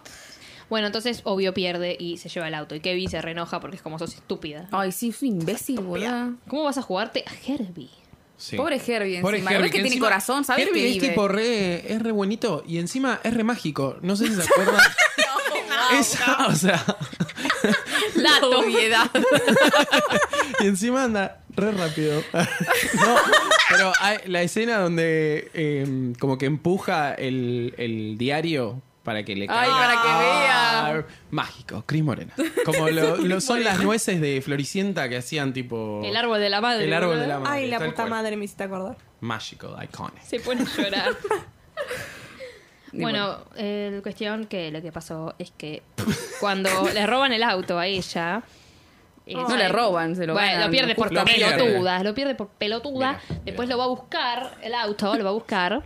[SPEAKER 4] Bueno, entonces obvio pierde y se lleva el auto. Y Kevin se renoja porque es como sos estúpida.
[SPEAKER 2] Ay, sí, es un imbécil, boludo.
[SPEAKER 4] ¿Cómo vas a jugarte a Herbie?
[SPEAKER 1] sí.
[SPEAKER 2] Pobre Herbie encima.
[SPEAKER 1] Pobre
[SPEAKER 2] Igual que, tiene
[SPEAKER 1] encima-
[SPEAKER 2] corazón, ¿sabes
[SPEAKER 1] Herbie
[SPEAKER 2] que
[SPEAKER 1] es
[SPEAKER 2] vive?
[SPEAKER 1] tipo re, es re bonito y encima es re mágico. No sé si se acuerdan. Esa, o sea,
[SPEAKER 2] La obviedad.
[SPEAKER 1] y encima anda re rápido. no, pero hay la escena donde eh, como que empuja el, el diario para que le
[SPEAKER 2] Ay, para que vea.
[SPEAKER 1] Mágico, Cris Morena. Como lo, lo son las nueces de Floricienta que hacían tipo...
[SPEAKER 4] El árbol de la madre.
[SPEAKER 1] Oh. El árbol de la
[SPEAKER 4] boluda.
[SPEAKER 1] madre.
[SPEAKER 3] Ay, la
[SPEAKER 1] tal
[SPEAKER 3] puta
[SPEAKER 1] cual.
[SPEAKER 3] madre me hiciste acordar.
[SPEAKER 1] Mágico, iconic.
[SPEAKER 4] Se pone a llorar.
[SPEAKER 2] Y
[SPEAKER 4] bueno, eh, la cuestión que lo que pasó es que cuando le roban el auto a ella. eh,
[SPEAKER 2] No le roban, se lo
[SPEAKER 4] Bueno,
[SPEAKER 2] ganan.
[SPEAKER 4] lo pierde por
[SPEAKER 1] Lo pierde.
[SPEAKER 4] pelotuda. Lo pierde por pelotuda.
[SPEAKER 1] Mira,
[SPEAKER 4] Después
[SPEAKER 1] mira.
[SPEAKER 4] lo va a buscar, el auto lo va a buscar.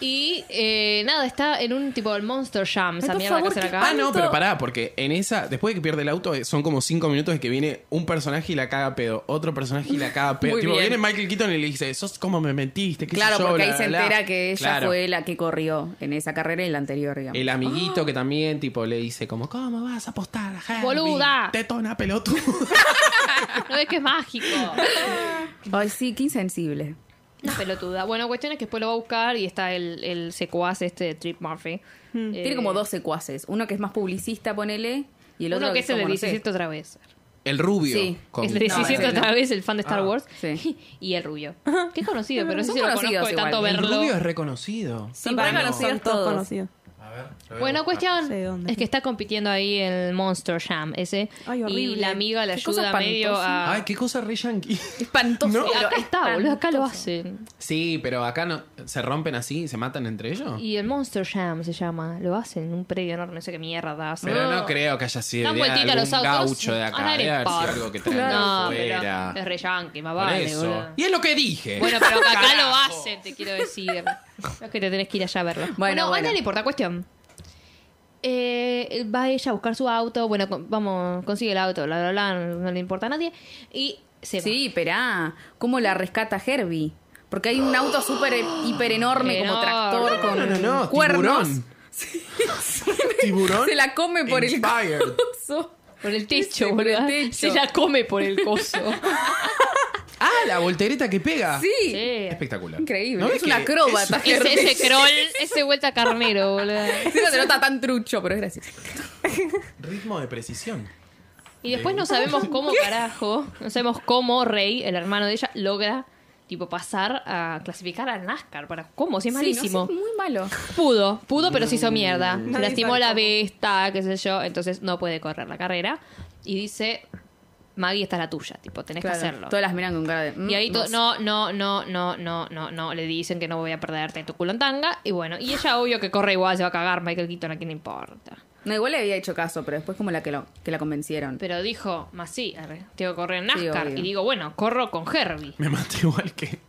[SPEAKER 4] Y eh, nada, está en un tipo el Monster Jam,
[SPEAKER 2] Ay,
[SPEAKER 4] esa
[SPEAKER 2] por
[SPEAKER 4] mierda
[SPEAKER 2] favor,
[SPEAKER 4] que hacen
[SPEAKER 2] qué
[SPEAKER 4] acá.
[SPEAKER 1] Ah, no,
[SPEAKER 2] Tanto-
[SPEAKER 1] pero pará, porque en esa, después de que pierde el auto, eh, son como cinco minutos de que viene un personaje y la caga a pedo, otro personaje y la caga a pedo.
[SPEAKER 2] Muy
[SPEAKER 1] Tipo,
[SPEAKER 2] bien.
[SPEAKER 1] viene Michael Keaton y le dice, sos como me mentiste, qué sé
[SPEAKER 2] Claro,
[SPEAKER 1] yo,
[SPEAKER 2] porque ahí
[SPEAKER 1] bla,
[SPEAKER 2] se
[SPEAKER 1] bla, bla".
[SPEAKER 2] entera que ella
[SPEAKER 1] Claro.
[SPEAKER 2] fue la que corrió en esa carrera y en la anterior, digamos.
[SPEAKER 1] El
[SPEAKER 4] Ah.
[SPEAKER 1] amiguito que también, tipo, le dice como, ¿cómo vas a apostar? Herbie?
[SPEAKER 4] Boluda.
[SPEAKER 1] Tetona, pelotuda.
[SPEAKER 4] No ves que es mágico.
[SPEAKER 2] Ay, sí, qué insensible.
[SPEAKER 4] Una pelotuda. Bueno, cuestión es que después lo va a buscar y está el, el secuaz este de Trip Murphy.
[SPEAKER 2] Hmm.
[SPEAKER 4] Eh,
[SPEAKER 2] Tiene como dos secuaces. Uno que es más publicista, ponele, y el
[SPEAKER 4] El
[SPEAKER 2] otro
[SPEAKER 4] uno que es el de
[SPEAKER 2] como, no sé,
[SPEAKER 4] 17 otra vez.
[SPEAKER 1] El rubio.
[SPEAKER 2] Sí,
[SPEAKER 4] El de 17
[SPEAKER 2] no, ese
[SPEAKER 4] otra vez, el fan de Star
[SPEAKER 1] Ah,
[SPEAKER 4] Wars.
[SPEAKER 2] sí.
[SPEAKER 4] Y el rubio. Que es conocido, pero no sé
[SPEAKER 2] Son
[SPEAKER 4] si lo conozco
[SPEAKER 2] conocidos
[SPEAKER 4] de
[SPEAKER 2] igual.
[SPEAKER 4] tanto
[SPEAKER 1] El
[SPEAKER 4] verlo.
[SPEAKER 1] rubio es reconocido.
[SPEAKER 2] Sí,
[SPEAKER 3] para
[SPEAKER 2] para mí no
[SPEAKER 3] son
[SPEAKER 2] son
[SPEAKER 3] todos
[SPEAKER 2] todos.
[SPEAKER 3] conocidos.
[SPEAKER 1] A ver. lo voy a
[SPEAKER 4] Bueno,
[SPEAKER 1] buscar.
[SPEAKER 4] cuestión
[SPEAKER 3] sé dónde.
[SPEAKER 4] es que está compitiendo ahí el Monster Jam ese.
[SPEAKER 3] Ay,
[SPEAKER 4] y
[SPEAKER 3] horrible.
[SPEAKER 4] la amiga le
[SPEAKER 2] Qué cosa
[SPEAKER 4] ayuda medio
[SPEAKER 2] espantosa.
[SPEAKER 4] a...
[SPEAKER 1] Ay, qué cosa re yankee.
[SPEAKER 2] Espantoso.
[SPEAKER 1] No.
[SPEAKER 2] pero
[SPEAKER 4] acá está,
[SPEAKER 2] espantoso.
[SPEAKER 4] boludo, acá lo hacen.
[SPEAKER 1] Sí, pero acá no, se rompen así, se matan entre ellos.
[SPEAKER 4] Y el Monster Jam se llama. Lo hacen en un predio enorme, no sé qué mierda. hacen.
[SPEAKER 1] Pero no creo que haya sido
[SPEAKER 4] Dan
[SPEAKER 1] idea de
[SPEAKER 4] vueltita
[SPEAKER 1] algún
[SPEAKER 4] los autos.
[SPEAKER 1] gaucho de acá.
[SPEAKER 4] Ah,
[SPEAKER 1] Debe haber sido
[SPEAKER 4] por-
[SPEAKER 1] algo que traigan
[SPEAKER 4] No,
[SPEAKER 1] de afuera.
[SPEAKER 4] pero es re yankee, más
[SPEAKER 1] Por
[SPEAKER 4] vale,
[SPEAKER 1] eso.
[SPEAKER 4] boludo.
[SPEAKER 1] Y es lo que dije.
[SPEAKER 4] Bueno, pero acá
[SPEAKER 1] Carajo.
[SPEAKER 4] lo hacen, te quiero decir. No es que te tenés que ir allá a verlo. Bueno, bueno,
[SPEAKER 2] bueno.
[SPEAKER 4] no le importa, cuestión. Eh, va ella a buscar su auto, bueno, con- vamos, consigue el auto, bla, bla, bla, no le importa a nadie. Y se va.
[SPEAKER 2] Sí, perá. ¿Cómo la rescata Herbie? Porque hay un auto súper eh, hiper enorme, como
[SPEAKER 4] Enorme.
[SPEAKER 2] tractor con
[SPEAKER 1] No, no, no,
[SPEAKER 2] cuernos.
[SPEAKER 1] tiburón. Tiburón.
[SPEAKER 2] Se la come por el
[SPEAKER 1] Inspired.
[SPEAKER 2] coso.
[SPEAKER 4] por el
[SPEAKER 2] Sí,
[SPEAKER 4] techo,
[SPEAKER 2] por el
[SPEAKER 4] boludo.
[SPEAKER 2] techo.
[SPEAKER 4] Se la come por el coso.
[SPEAKER 1] Ah, la voltereta que pega.
[SPEAKER 2] Sí.
[SPEAKER 4] Sí.
[SPEAKER 1] Espectacular.
[SPEAKER 2] Increíble.
[SPEAKER 1] ¿No
[SPEAKER 2] es
[SPEAKER 1] ves
[SPEAKER 2] una
[SPEAKER 1] que
[SPEAKER 2] acróbata,
[SPEAKER 4] Ese,
[SPEAKER 2] Herbie.
[SPEAKER 4] ese crawl, ese vuelta carnero, boludo.
[SPEAKER 2] Sí, no se nota tan trucho, pero es gracioso.
[SPEAKER 1] es Ritmo de precisión.
[SPEAKER 4] Y después no sabemos cómo carajo, no sabemos cómo Rey, el hermano de ella, logra tipo pasar a clasificar al NASCAR para cómo, si es
[SPEAKER 2] Sí, no,
[SPEAKER 4] malísimo.
[SPEAKER 2] sí, muy malo.
[SPEAKER 4] Pudo, pudo, pero se hizo mierda. Se
[SPEAKER 3] Nadie
[SPEAKER 4] Lastimó
[SPEAKER 3] sabe
[SPEAKER 4] la
[SPEAKER 3] cómo.
[SPEAKER 4] vista, qué sé yo, entonces no puede correr la carrera. Y dice, Maggie, esta es la tuya, tipo, tenés
[SPEAKER 2] Claro,
[SPEAKER 4] que hacerlo.
[SPEAKER 2] Todas las miran con cara de. mm,
[SPEAKER 4] Y ahí to-
[SPEAKER 2] vos.
[SPEAKER 4] no, no, no, no, no, no, no, le dicen que no voy a perderte tu culo en tanga. Y bueno, y ella obvio que corre igual, se va a cagar Michael Keaton, a quién le importa.
[SPEAKER 2] No, igual le había hecho caso, pero después como la que, lo, que la convencieron.
[SPEAKER 4] Pero dijo, más sí, arre, tengo que correr en
[SPEAKER 2] Sí,
[SPEAKER 4] NASCAR.
[SPEAKER 2] obvio.
[SPEAKER 4] y digo, bueno, corro con Herbie.
[SPEAKER 1] Me mata igual que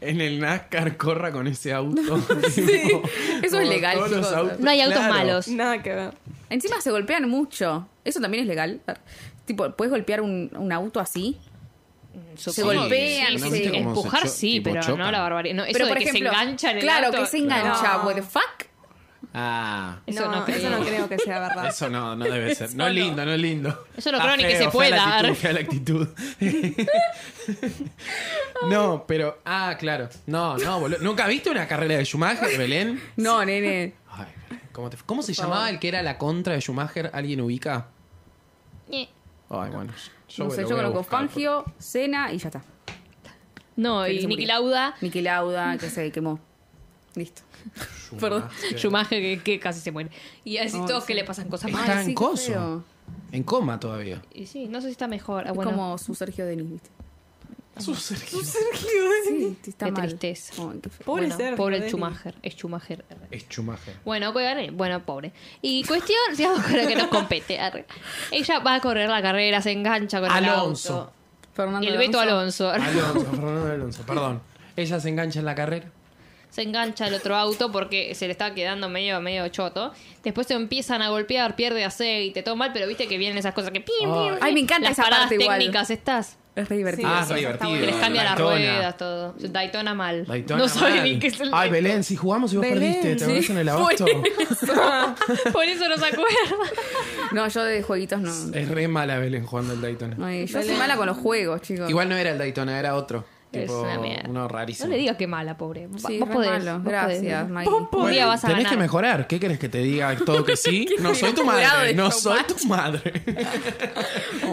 [SPEAKER 1] en el NASCAR corra con ese auto. Tipo,
[SPEAKER 2] es
[SPEAKER 1] como
[SPEAKER 2] legal,
[SPEAKER 1] todos los
[SPEAKER 2] chicos.
[SPEAKER 1] autos.
[SPEAKER 4] No hay autos
[SPEAKER 1] Claro.
[SPEAKER 4] malos.
[SPEAKER 3] Nada que ver.
[SPEAKER 2] Encima se golpean mucho. Eso también es legal. Tipo, ¿puedes golpear un, un auto así? Se golpean,
[SPEAKER 1] ¿no
[SPEAKER 2] sí.
[SPEAKER 1] viste cómo se
[SPEAKER 4] Empujar
[SPEAKER 1] cho-
[SPEAKER 4] sí,
[SPEAKER 1] tipo,
[SPEAKER 4] pero no
[SPEAKER 1] chocan?
[SPEAKER 4] la barbaridad. No, eso
[SPEAKER 2] pero
[SPEAKER 4] de
[SPEAKER 2] por
[SPEAKER 4] que
[SPEAKER 2] ejemplo,
[SPEAKER 4] se engancha en el
[SPEAKER 2] claro,
[SPEAKER 4] auto,
[SPEAKER 2] que se engancha.
[SPEAKER 3] No.
[SPEAKER 2] What the fuck?
[SPEAKER 1] Ah.
[SPEAKER 4] Eso no, creo.
[SPEAKER 3] eso no creo que sea verdad.
[SPEAKER 1] Eso no, no debe ser. No
[SPEAKER 4] no.
[SPEAKER 1] es lindo, no es lindo.
[SPEAKER 4] Eso no
[SPEAKER 1] Está
[SPEAKER 4] creo ni que se
[SPEAKER 1] fea
[SPEAKER 4] pueda.
[SPEAKER 1] La actitud, fea la actitud. no, pero. Ah, claro. No, no, boludo. ¿Nunca viste una carrera de Schumacher, Belén?
[SPEAKER 2] No, nene.
[SPEAKER 1] Ay, ¿cómo, te- cómo se llamaba el que era la contra de Schumacher? ¿Alguien ubica?
[SPEAKER 4] Eh.
[SPEAKER 1] Ay, bueno.
[SPEAKER 2] no sé, yo
[SPEAKER 1] lo voy a
[SPEAKER 2] conozco
[SPEAKER 1] buscar,
[SPEAKER 2] Fangio, Cena y ya está.
[SPEAKER 4] No,
[SPEAKER 2] Feliz
[SPEAKER 4] y
[SPEAKER 2] se
[SPEAKER 4] Niki
[SPEAKER 2] murió.
[SPEAKER 4] Lauda,
[SPEAKER 2] Niki Lauda, que se quemó. Listo.
[SPEAKER 1] porque-
[SPEAKER 2] Perdón.
[SPEAKER 1] Schumacher.
[SPEAKER 4] Schumacher, que, que casi se muere. Y así todos que le pasan cosas
[SPEAKER 2] Ay, Oh,
[SPEAKER 1] Está
[SPEAKER 4] malas.
[SPEAKER 2] sí, qué
[SPEAKER 1] en coso.
[SPEAKER 2] feo.
[SPEAKER 1] En coma todavía.
[SPEAKER 4] Y sí, no sé si está mejor. Ah,
[SPEAKER 2] Es
[SPEAKER 4] bueno,
[SPEAKER 2] como su Sergio Denis, ¿viste?
[SPEAKER 1] Su Sergio.
[SPEAKER 2] Sí, sí, está
[SPEAKER 4] Qué
[SPEAKER 2] mal.
[SPEAKER 4] tristeza.
[SPEAKER 2] Ay, qué feo.
[SPEAKER 3] Pobre
[SPEAKER 4] bueno,
[SPEAKER 3] Sergio
[SPEAKER 4] pobre el
[SPEAKER 3] Denis.
[SPEAKER 4] Schumacher. Es Schumacher. arre.
[SPEAKER 1] Es Schumacher.
[SPEAKER 4] Bueno, cuelgan, eh, bueno, pobre. Y cuestión, digamos, con lo que nos compete. arre. Ella va a correr la carrera, se engancha con
[SPEAKER 1] Alonso.
[SPEAKER 4] el auto.
[SPEAKER 2] Fernando
[SPEAKER 4] Y el Beto Alonso.
[SPEAKER 1] Alonso, Fernando Alonso, perdón. Ella se engancha en la carrera.
[SPEAKER 4] se engancha al otro auto porque se le está quedando medio, medio choto. Después se empiezan a golpear, pierde aceite, todo mal, pero viste que vienen esas cosas que... pim, pim,
[SPEAKER 1] Ay.
[SPEAKER 4] pim.
[SPEAKER 2] Ay, me encanta
[SPEAKER 4] Las
[SPEAKER 2] esa
[SPEAKER 4] paradas
[SPEAKER 2] parte igual.
[SPEAKER 4] técnicas estas.
[SPEAKER 2] Es re divertido.
[SPEAKER 1] ah,
[SPEAKER 3] sí,
[SPEAKER 1] re
[SPEAKER 3] eso está
[SPEAKER 1] divertido.
[SPEAKER 3] bueno.
[SPEAKER 4] Que les cambia las
[SPEAKER 1] Daytona.
[SPEAKER 4] ruedas, todo. Daytona mal.
[SPEAKER 1] Daytona
[SPEAKER 4] no saben
[SPEAKER 1] mal.
[SPEAKER 4] ni qué es el
[SPEAKER 6] Ay,
[SPEAKER 4] Daytona.
[SPEAKER 6] Belén, si jugamos y vos
[SPEAKER 2] Belén,
[SPEAKER 6] perdiste, te
[SPEAKER 2] sí.
[SPEAKER 6] acordás en el abasto.
[SPEAKER 4] Por eso no se acuerda.
[SPEAKER 2] No, yo de jueguitos no.
[SPEAKER 6] Es re mala Belén jugando al Daytona.
[SPEAKER 2] Ay, yo soy mala con los juegos, chicos.
[SPEAKER 6] Igual no era el Daytona, era otro.
[SPEAKER 4] Es
[SPEAKER 6] Tipo,
[SPEAKER 4] una mierda.
[SPEAKER 6] uno rarísimo.
[SPEAKER 4] No le digas que mala, pobre. Va-
[SPEAKER 2] Sí,
[SPEAKER 4] vos
[SPEAKER 2] re
[SPEAKER 4] podés.
[SPEAKER 2] malo.
[SPEAKER 4] vos
[SPEAKER 2] Gracias,
[SPEAKER 4] podés.
[SPEAKER 2] Maggie.
[SPEAKER 4] Un día vas a
[SPEAKER 6] Tenés
[SPEAKER 4] ganar.
[SPEAKER 6] que mejorar. ¿Qué querés que te diga todo que sí? no soy tu
[SPEAKER 2] jurado
[SPEAKER 6] madre.
[SPEAKER 2] de
[SPEAKER 6] No
[SPEAKER 2] Showmatch.
[SPEAKER 6] soy tu madre.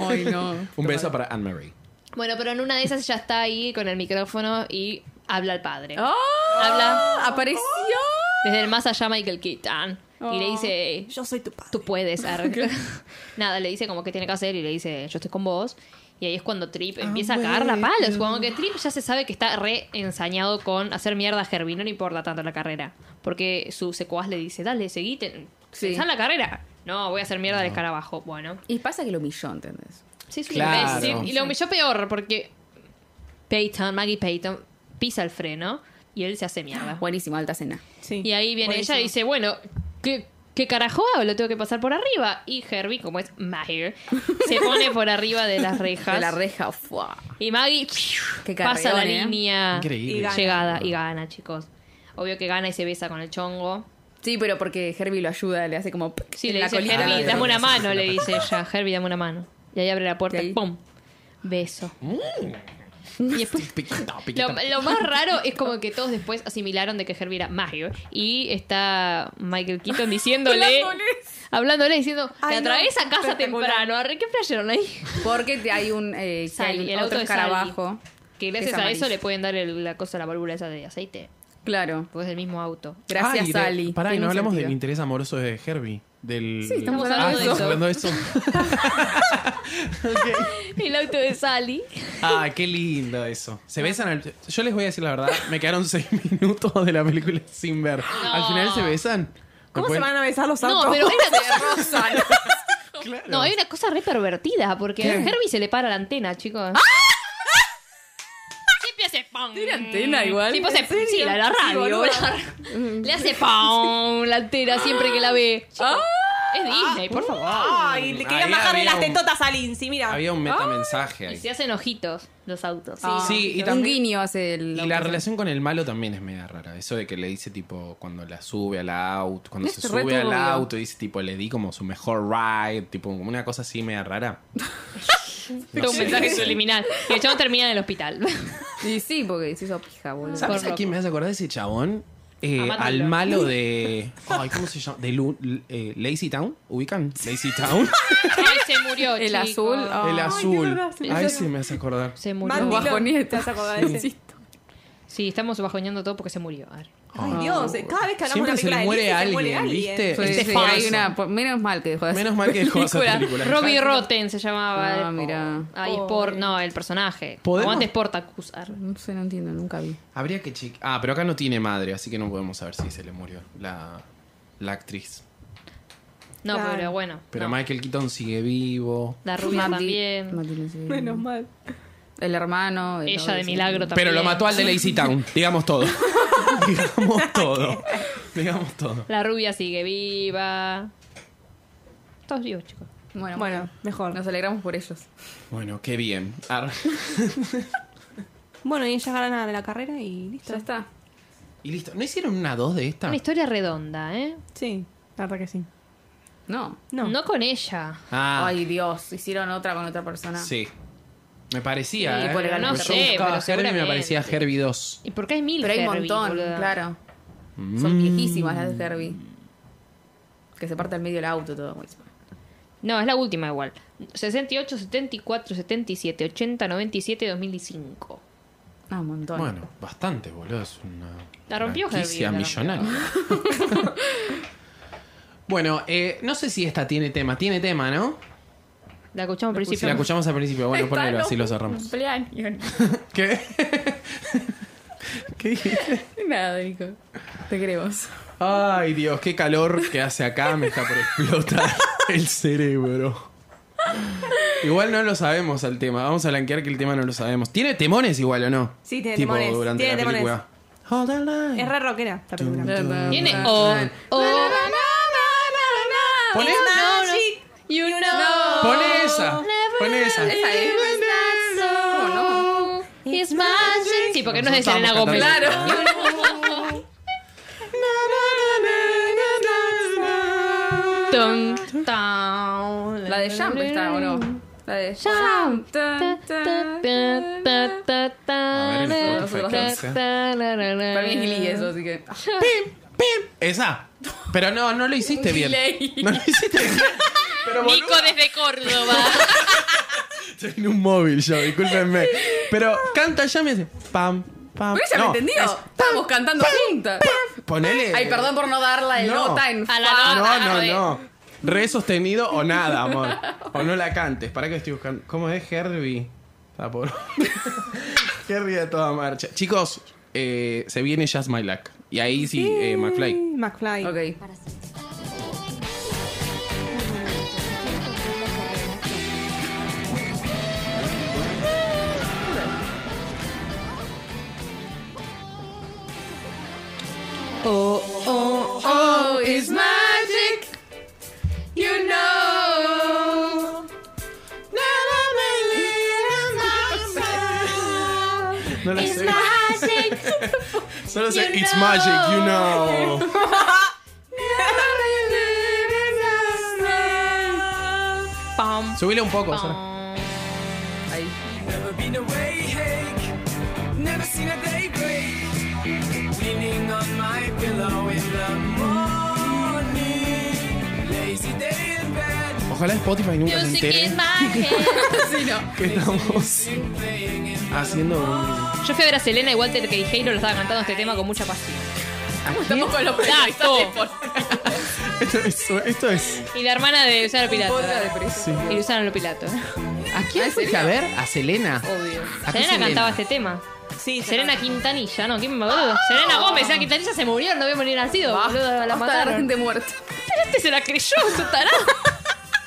[SPEAKER 2] Ay, no.
[SPEAKER 1] Un beso para Anne-Marie.
[SPEAKER 4] Bueno, pero en una de esas ya está ahí con el micrófono y habla el padre.
[SPEAKER 2] ¡Oh!
[SPEAKER 4] Habla.
[SPEAKER 2] ¡Apareció!
[SPEAKER 4] Desde el más allá Michael Keaton. Y le dice,
[SPEAKER 3] Yo soy tu padre.
[SPEAKER 4] tú puedes. ar- Nada, le dice como que tiene que hacer y le dice, yo estoy con vos. Y ahí es cuando Trip empieza a cagarla a palos. Como que Trip ya se sabe que está re ensañado con hacer mierda a Herbie. No le importa tanto la carrera. Porque su secuaz le dice, dale, seguite.
[SPEAKER 2] Sí.
[SPEAKER 4] Sí. en la carrera. No, voy a hacer mierda al escarabajo. Bueno.
[SPEAKER 2] Y pasa que lo humilló, ¿entendés?
[SPEAKER 4] Sí, es un
[SPEAKER 6] Claro.
[SPEAKER 4] imbécil. Y lo humilló peor porque Peyton, Maggie Peyton, pisa el freno y él se hace mierda.
[SPEAKER 2] Buenísimo, alta cena.
[SPEAKER 3] Sí.
[SPEAKER 4] Y ahí viene
[SPEAKER 3] Buenísimo.
[SPEAKER 4] ella y dice, bueno, ¿qué, qué carajo hago? Lo tengo que pasar por arriba. Y Herbie, como es Maher, se pone por arriba de las rejas.
[SPEAKER 2] De la reja, ¡fua!
[SPEAKER 4] Y Maggie
[SPEAKER 2] Qué
[SPEAKER 4] pasa la
[SPEAKER 2] carreón, ¿eh?
[SPEAKER 4] línea
[SPEAKER 6] Increíble.
[SPEAKER 3] Y gana.
[SPEAKER 4] llegada y gana, chicos. Obvio que gana y se besa con el chongo.
[SPEAKER 2] Sí, pero porque Herbie lo ayuda, le hace como...
[SPEAKER 4] Sí,
[SPEAKER 2] en
[SPEAKER 4] le
[SPEAKER 2] la
[SPEAKER 4] dice,
[SPEAKER 2] colita.
[SPEAKER 6] Ah,
[SPEAKER 4] Herbie, dame una
[SPEAKER 6] sí,
[SPEAKER 4] mano, le dice ella. Herbie, dame una mano. Y ahí abre la puerta
[SPEAKER 2] Y ahí-
[SPEAKER 4] y ¡pum! Beso. Y después
[SPEAKER 1] Piquita, piquita.
[SPEAKER 4] Lo, lo más raro es como que todos después asimilaron de que Herbie era Mario. Y está Michael Keaton diciéndole. hablándole, diciendo:
[SPEAKER 3] Ay,
[SPEAKER 4] Te atraes
[SPEAKER 3] no,
[SPEAKER 4] a casa
[SPEAKER 3] espectacular.
[SPEAKER 4] temprano. Arre, ¿Qué playeron ahí?
[SPEAKER 2] Porque te- hay un... eh, que
[SPEAKER 4] Sally,
[SPEAKER 2] hay
[SPEAKER 4] el
[SPEAKER 2] otro
[SPEAKER 4] auto de
[SPEAKER 2] escarabajo.
[SPEAKER 4] Sally, Que
[SPEAKER 2] es
[SPEAKER 4] gracias a eso
[SPEAKER 2] amarillo.
[SPEAKER 4] le pueden dar el- la cosa, la válvula esa de aceite.
[SPEAKER 2] Claro.
[SPEAKER 4] Porque es del mismo auto.
[SPEAKER 2] Gracias,
[SPEAKER 6] Ay, de-
[SPEAKER 2] Sally.
[SPEAKER 6] Pará, y
[SPEAKER 2] Tiene
[SPEAKER 6] no
[SPEAKER 2] un
[SPEAKER 6] hablamos del
[SPEAKER 2] sentido.
[SPEAKER 6] interés amoroso de Herbie. Del... Sí,
[SPEAKER 2] estamos hablando de
[SPEAKER 4] eso.
[SPEAKER 6] hablando de eso.
[SPEAKER 4] El auto de Sally.
[SPEAKER 6] Ah, qué lindo eso. Se besan al... Yo les voy a decir la verdad, me quedaron seis minutos de la película sin ver. Al final se besan.
[SPEAKER 3] ¿Cómo
[SPEAKER 6] Después-
[SPEAKER 3] se van a besar los autos?
[SPEAKER 4] No, pero hay una cosa,
[SPEAKER 6] Claro.
[SPEAKER 4] no, hay una cosa re pervertida. Porque a Herbie se le para la antena, chicos. Siempre hace pam.
[SPEAKER 2] Tiene antena igual.
[SPEAKER 4] Tipo, se- sí, la, la radio. la- le hace pam la antena siempre que la ve. Chico, es Disney, por favor.
[SPEAKER 3] Ay, le querían
[SPEAKER 1] Ahí
[SPEAKER 3] bajarle
[SPEAKER 1] había
[SPEAKER 3] las
[SPEAKER 1] un-
[SPEAKER 3] tetotas a Lindsay, mira.
[SPEAKER 1] Había un metamensaje ahí.
[SPEAKER 4] Y se hacen ojitos los autos.
[SPEAKER 1] Sí, y
[SPEAKER 2] Un
[SPEAKER 1] también...
[SPEAKER 2] guiño hace el...
[SPEAKER 1] Y la relación con el malo también es media rara. Eso de que le dice, tipo, cuando la sube al auto, cuando
[SPEAKER 2] Es
[SPEAKER 1] se
[SPEAKER 2] re
[SPEAKER 1] sube al
[SPEAKER 2] turbio.
[SPEAKER 1] auto, dice, tipo, le di como su mejor ride, tipo, como una cosa así media rara.
[SPEAKER 4] Pero un mensaje subliminal. Y el chabón termina en el hospital.
[SPEAKER 2] Y sí, porque se hizo pija, boludo.
[SPEAKER 1] ¿Sabes
[SPEAKER 4] Por
[SPEAKER 1] a quién me hace acordar de ese chabón? Eh,
[SPEAKER 4] A Matt
[SPEAKER 1] al
[SPEAKER 4] Taylor.
[SPEAKER 1] malo de. Ay, ¿cómo se llama? De Lu- eh, Lazy Town. ¿Ubican? Lazy Town.
[SPEAKER 4] Ay, se murió,
[SPEAKER 2] El
[SPEAKER 4] chico.
[SPEAKER 2] azul. ah,
[SPEAKER 6] El
[SPEAKER 3] qué
[SPEAKER 6] azul.
[SPEAKER 3] verdad, sí.
[SPEAKER 6] Ahí sí me hace acordar.
[SPEAKER 4] Se
[SPEAKER 3] Mandy
[SPEAKER 4] murió.
[SPEAKER 2] Los
[SPEAKER 3] Lo-
[SPEAKER 2] bajonetas.
[SPEAKER 3] ¿Te vas a acordar de ese?
[SPEAKER 4] Sí, estamos bajoñando todo porque se murió. A ver.
[SPEAKER 3] Ay, Dios, eh, cada vez que hablamos
[SPEAKER 6] Siempre
[SPEAKER 3] de
[SPEAKER 6] se
[SPEAKER 3] la
[SPEAKER 6] le
[SPEAKER 3] película
[SPEAKER 6] muere
[SPEAKER 3] de
[SPEAKER 6] a
[SPEAKER 3] Disney, se muere
[SPEAKER 6] alguien, ¿viste?
[SPEAKER 2] Sí,
[SPEAKER 6] Este
[SPEAKER 2] sí,
[SPEAKER 6] es
[SPEAKER 2] hay
[SPEAKER 6] falso.
[SPEAKER 2] una, por- menos mal que dejó de hacer
[SPEAKER 6] Menos mal que dejó esa
[SPEAKER 2] película.
[SPEAKER 6] película.
[SPEAKER 4] Robbie Rotten se llamaba.
[SPEAKER 2] Ah, mirá.
[SPEAKER 4] Ay,
[SPEAKER 3] Oh.
[SPEAKER 4] Sport, no, el personaje.
[SPEAKER 6] ¿Podemos?
[SPEAKER 4] Como antes Portacus. Arre.
[SPEAKER 2] No sé, no entiendo, nunca vi.
[SPEAKER 1] Habría que chequear. Ah, pero acá no tiene madre, así que no podemos saber si se le murió la, la actriz.
[SPEAKER 4] No,
[SPEAKER 3] Claro.
[SPEAKER 4] pero bueno.
[SPEAKER 1] Pero
[SPEAKER 4] no.
[SPEAKER 1] Michael Keaton sigue vivo.
[SPEAKER 4] La rubia
[SPEAKER 2] Mandy-
[SPEAKER 4] también.
[SPEAKER 2] Mandy no sé.
[SPEAKER 3] Mm. Menos mal.
[SPEAKER 2] El hermano. el
[SPEAKER 4] Ella
[SPEAKER 2] novio,
[SPEAKER 4] de
[SPEAKER 2] sí.
[SPEAKER 4] milagro también.
[SPEAKER 1] Pero lo mató al de Lazy Town. Digamos todo. digamos todo. digamos todo.
[SPEAKER 4] La rubia sigue viva. Todos vivos, chicos.
[SPEAKER 2] Bueno,
[SPEAKER 3] Bueno, mejor.
[SPEAKER 2] Nos alegramos por ellos.
[SPEAKER 1] Bueno, qué bien. Ar-
[SPEAKER 3] Bueno, y ellas ganan la carrera y listo.
[SPEAKER 2] Ya está.
[SPEAKER 1] Y listo. ¿No hicieron una dos de esta?
[SPEAKER 4] Una historia redonda, ¿eh?
[SPEAKER 3] Sí, la verdad que sí.
[SPEAKER 2] No.
[SPEAKER 3] No.
[SPEAKER 4] No con ella.
[SPEAKER 1] Ah,
[SPEAKER 2] Ay, Dios. Hicieron otra con otra persona.
[SPEAKER 1] sí. Me parecía,
[SPEAKER 4] Sí,
[SPEAKER 1] ¿eh?
[SPEAKER 2] por el-
[SPEAKER 1] Porque
[SPEAKER 2] no
[SPEAKER 1] yo
[SPEAKER 4] sé,
[SPEAKER 1] buscaba
[SPEAKER 4] pero
[SPEAKER 1] Herbie y me
[SPEAKER 4] seguramente.
[SPEAKER 1] parecía Herbie 2.
[SPEAKER 4] ¿Y por qué hay mil
[SPEAKER 2] Pero hay un
[SPEAKER 4] Herbie,
[SPEAKER 2] montón,
[SPEAKER 4] boluda?
[SPEAKER 2] claro. Son
[SPEAKER 1] Mm.
[SPEAKER 2] viejísimas las de Herbie. Que se parte al medio el auto todo. güey.
[SPEAKER 4] No, es la última igual. 68, 74, 77, 80, 97, 2005.
[SPEAKER 2] Ah, un montón.
[SPEAKER 1] Bueno, bastante, boludo. Es una.
[SPEAKER 4] La rompió
[SPEAKER 1] franquicia
[SPEAKER 4] Herbie, la
[SPEAKER 1] millonaria. bueno, eh, no sé si esta tiene tema. Tiene tema, ¿no?
[SPEAKER 4] La escuchamos al
[SPEAKER 1] Si
[SPEAKER 4] principio.
[SPEAKER 1] la escuchamos al principio, bueno,
[SPEAKER 2] Está
[SPEAKER 1] ponelo,
[SPEAKER 2] loco.
[SPEAKER 1] así lo cerramos.
[SPEAKER 2] Cumpleaños.
[SPEAKER 1] ¿Qué? ¿Qué dijiste?
[SPEAKER 2] Nada, Nico. Te queremos.
[SPEAKER 1] Ay, Dios, qué calor que hace acá. Me está por explotar el cerebro. Igual no lo sabemos al tema. Vamos a blanquear que el tema no lo sabemos. ¿Tiene temones igual o no?
[SPEAKER 3] Sí, tiene
[SPEAKER 1] Tipo,
[SPEAKER 3] temones.
[SPEAKER 1] durante
[SPEAKER 3] Tiene
[SPEAKER 1] la
[SPEAKER 3] temones.
[SPEAKER 1] película. Hold the line.
[SPEAKER 3] Es re rockera esta película.
[SPEAKER 4] Tiene o. o
[SPEAKER 1] Poné,
[SPEAKER 4] no, no. You know.
[SPEAKER 1] poné esa. Poné esa.
[SPEAKER 2] Esa
[SPEAKER 4] Eh,
[SPEAKER 2] es. ¿Cómo no?
[SPEAKER 4] It's magic. Sí, porque no es de
[SPEAKER 1] Nosotros
[SPEAKER 4] Selena
[SPEAKER 1] estábamos
[SPEAKER 4] Gómez.
[SPEAKER 1] cantando.
[SPEAKER 4] Tum, tum.
[SPEAKER 2] La de Jump está, ¿o no? La de
[SPEAKER 4] Jump.
[SPEAKER 2] Tan, tan, tan, tan.
[SPEAKER 4] Para
[SPEAKER 1] el Spotify, ¿qué hace?
[SPEAKER 2] Para mí
[SPEAKER 4] mí
[SPEAKER 2] es Glee eso, así que.
[SPEAKER 1] Ah, Pim, pim. Esa. Pero no, no lo hiciste bien.
[SPEAKER 2] Delay.
[SPEAKER 1] No lo hiciste bien. Pero boludo,
[SPEAKER 4] Nico desde Córdoba.
[SPEAKER 1] estoy en un móvil yo, discúlpenme. Pero canta ya me dice pam, pam.
[SPEAKER 2] Pero ella me
[SPEAKER 1] No,
[SPEAKER 2] entendió. Estábamos cantando juntas.
[SPEAKER 1] Ponele.
[SPEAKER 2] Ay, perdón por no darla el
[SPEAKER 1] No.
[SPEAKER 2] nota en
[SPEAKER 4] A la
[SPEAKER 2] fa.
[SPEAKER 4] nota.
[SPEAKER 1] No, no,
[SPEAKER 4] Arde.
[SPEAKER 1] no. Re sostenido o nada, amor. O no la cantes. ¿Para qué estoy buscando? ¿Cómo es Herbie? Está por. Herbie a toda marcha. Chicos, eh, se viene Just My Luck. Y ahí sí, eh, McFly.
[SPEAKER 3] Mm, McFly.
[SPEAKER 2] Ok.
[SPEAKER 4] Oh, oh, oh, it's magic. You know.
[SPEAKER 1] No la sé.
[SPEAKER 4] magic.
[SPEAKER 1] Solo sé
[SPEAKER 4] you
[SPEAKER 1] It's
[SPEAKER 4] know".
[SPEAKER 1] Magic, you know.
[SPEAKER 4] Pam.
[SPEAKER 1] Subile un poco, Sara.
[SPEAKER 2] Ahí.
[SPEAKER 7] Never been a wake, never seen a day break. Leaning on my pillow in the morning, lazy day in bed.
[SPEAKER 1] Ojalá Spotify nunca se
[SPEAKER 4] Music is
[SPEAKER 1] entere
[SPEAKER 4] magic.
[SPEAKER 1] que estamos haciendo un.
[SPEAKER 4] Yo fui a ver a Selena igual que Dijeiro lo estaba cantando este tema con mucha pasión.
[SPEAKER 2] Estamos con los
[SPEAKER 4] Dato.
[SPEAKER 1] Esto es. Esto es.
[SPEAKER 4] Y la hermana de Luciano Pilato.
[SPEAKER 2] Otra de preso.
[SPEAKER 1] Sí. Ah,
[SPEAKER 4] Y Luciano Pilato.
[SPEAKER 8] ¿A quién fuiste a ver? A Selena.
[SPEAKER 2] Obvio.
[SPEAKER 8] ¿A qué
[SPEAKER 4] Selena cantaba este tema.
[SPEAKER 3] Sí,
[SPEAKER 4] Selena Quintanilla, no, ¿quién me boludo? Selena Gómez, Selena Quintanilla se murió, no había morir nacido, boludo, la
[SPEAKER 2] Basta de la
[SPEAKER 4] mataron.
[SPEAKER 2] gente muerta.
[SPEAKER 4] Pero este se la creyó, su tarado.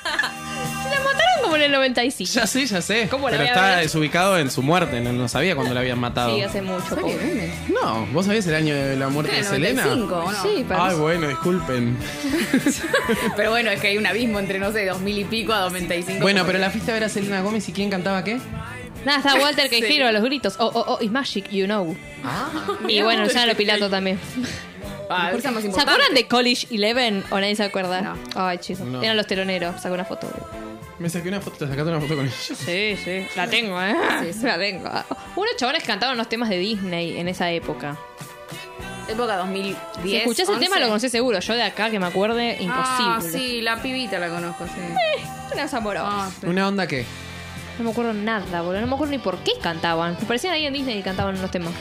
[SPEAKER 4] la mataron como en el 95.
[SPEAKER 1] Ya sé, ya sé.
[SPEAKER 4] ¿Cómo la
[SPEAKER 1] Pero
[SPEAKER 4] voy a
[SPEAKER 1] está
[SPEAKER 4] ver?
[SPEAKER 1] desubicado en su muerte. No, no sabía cuándo la habían matado.
[SPEAKER 4] Sí, hace mucho.
[SPEAKER 2] Está
[SPEAKER 4] pobre.
[SPEAKER 2] bien, ¿eh?
[SPEAKER 1] No, ¿vos sabías el año de la muerte de
[SPEAKER 2] Era
[SPEAKER 1] Selena?
[SPEAKER 2] 95, ¿o no?
[SPEAKER 4] Sí, para
[SPEAKER 1] Ay, bueno, disculpen.
[SPEAKER 2] Pero bueno, es que hay un abismo entre, no sé, 2000 y pico a 95.
[SPEAKER 1] Bueno, pero la fuiste a ver a Selena Gómez y quién cantaba qué?
[SPEAKER 4] Nada, está Walter que a los gritos. Oh, oh, oh, it's magic, you know. y bueno, Luciano Pilato también.
[SPEAKER 2] Ah, es más
[SPEAKER 4] ¿Se
[SPEAKER 2] importante.
[SPEAKER 4] acuerdan de College Eleven? ¿O nadie se acuerda?
[SPEAKER 2] No.
[SPEAKER 4] Ay, chicos.
[SPEAKER 1] No.
[SPEAKER 4] Eran los teloneros. Sacó una foto.
[SPEAKER 1] Me saqué una foto, te sacaste una foto con ella.
[SPEAKER 4] Sí, sí. La tengo, ¿eh? Sí, sí, la tengo. Unos chavales cantaban unos temas de Disney en esa época.
[SPEAKER 2] Época 2010.
[SPEAKER 4] Si escuchás el tema lo conocés seguro. Yo de acá, que me acuerde, imposible.
[SPEAKER 2] Ah, sí, la pibita la conozco, sí.
[SPEAKER 4] Una
[SPEAKER 2] Ah, sí.
[SPEAKER 1] ¿Una onda qué?
[SPEAKER 4] No me acuerdo nada, boludo. No me acuerdo ni por qué cantaban. Me parecían ahí en Disney y cantaban unos temas.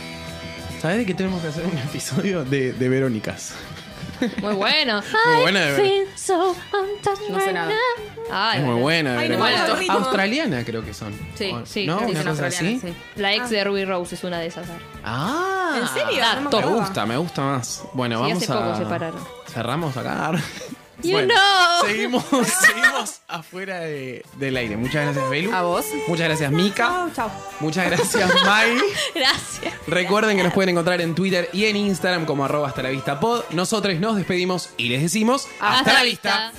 [SPEAKER 1] ¿Sabés de qué tenemos que hacer un episodio de, de Verónicas?
[SPEAKER 4] Muy bueno.
[SPEAKER 1] Muy buena, de
[SPEAKER 4] I
[SPEAKER 1] verdad.
[SPEAKER 4] feel so untouched
[SPEAKER 2] No sé nada.
[SPEAKER 4] right now. Ay,
[SPEAKER 1] Es muy
[SPEAKER 4] bueno.
[SPEAKER 1] buena, de
[SPEAKER 3] Ay, no,
[SPEAKER 1] Verónicas.
[SPEAKER 3] alto ritmo.
[SPEAKER 1] Australiana creo que son.
[SPEAKER 2] Sí,
[SPEAKER 1] ¿O-
[SPEAKER 4] sí,
[SPEAKER 1] ¿No?
[SPEAKER 4] creo que
[SPEAKER 1] ¿Una
[SPEAKER 2] son
[SPEAKER 1] cosa así?
[SPEAKER 2] australianas, sí.
[SPEAKER 4] La ex de Ruby Rose es una de esas.
[SPEAKER 1] Ah.
[SPEAKER 3] ¿En serio? No me
[SPEAKER 4] Dato.
[SPEAKER 1] Me
[SPEAKER 3] acordaba.
[SPEAKER 1] gusta, me gusta más. Bueno,
[SPEAKER 4] Sí,
[SPEAKER 1] vamos
[SPEAKER 4] hace
[SPEAKER 1] a.
[SPEAKER 4] poco se pararon.
[SPEAKER 1] Cerramos acá.
[SPEAKER 4] You
[SPEAKER 1] Bueno,
[SPEAKER 4] know.
[SPEAKER 1] Seguimos, seguimos afuera de- del aire. Muchas gracias, Belu.
[SPEAKER 2] ¿A vos?
[SPEAKER 1] Muchas gracias, Mika.
[SPEAKER 3] Chao, chao.
[SPEAKER 1] Muchas gracias, Mai.
[SPEAKER 4] Gracias.
[SPEAKER 1] Recuerden que nos pueden encontrar en Twitter y en Instagram como arroba hasta la vista pod. Nosotros nos despedimos y les decimos
[SPEAKER 4] Hasta la vista.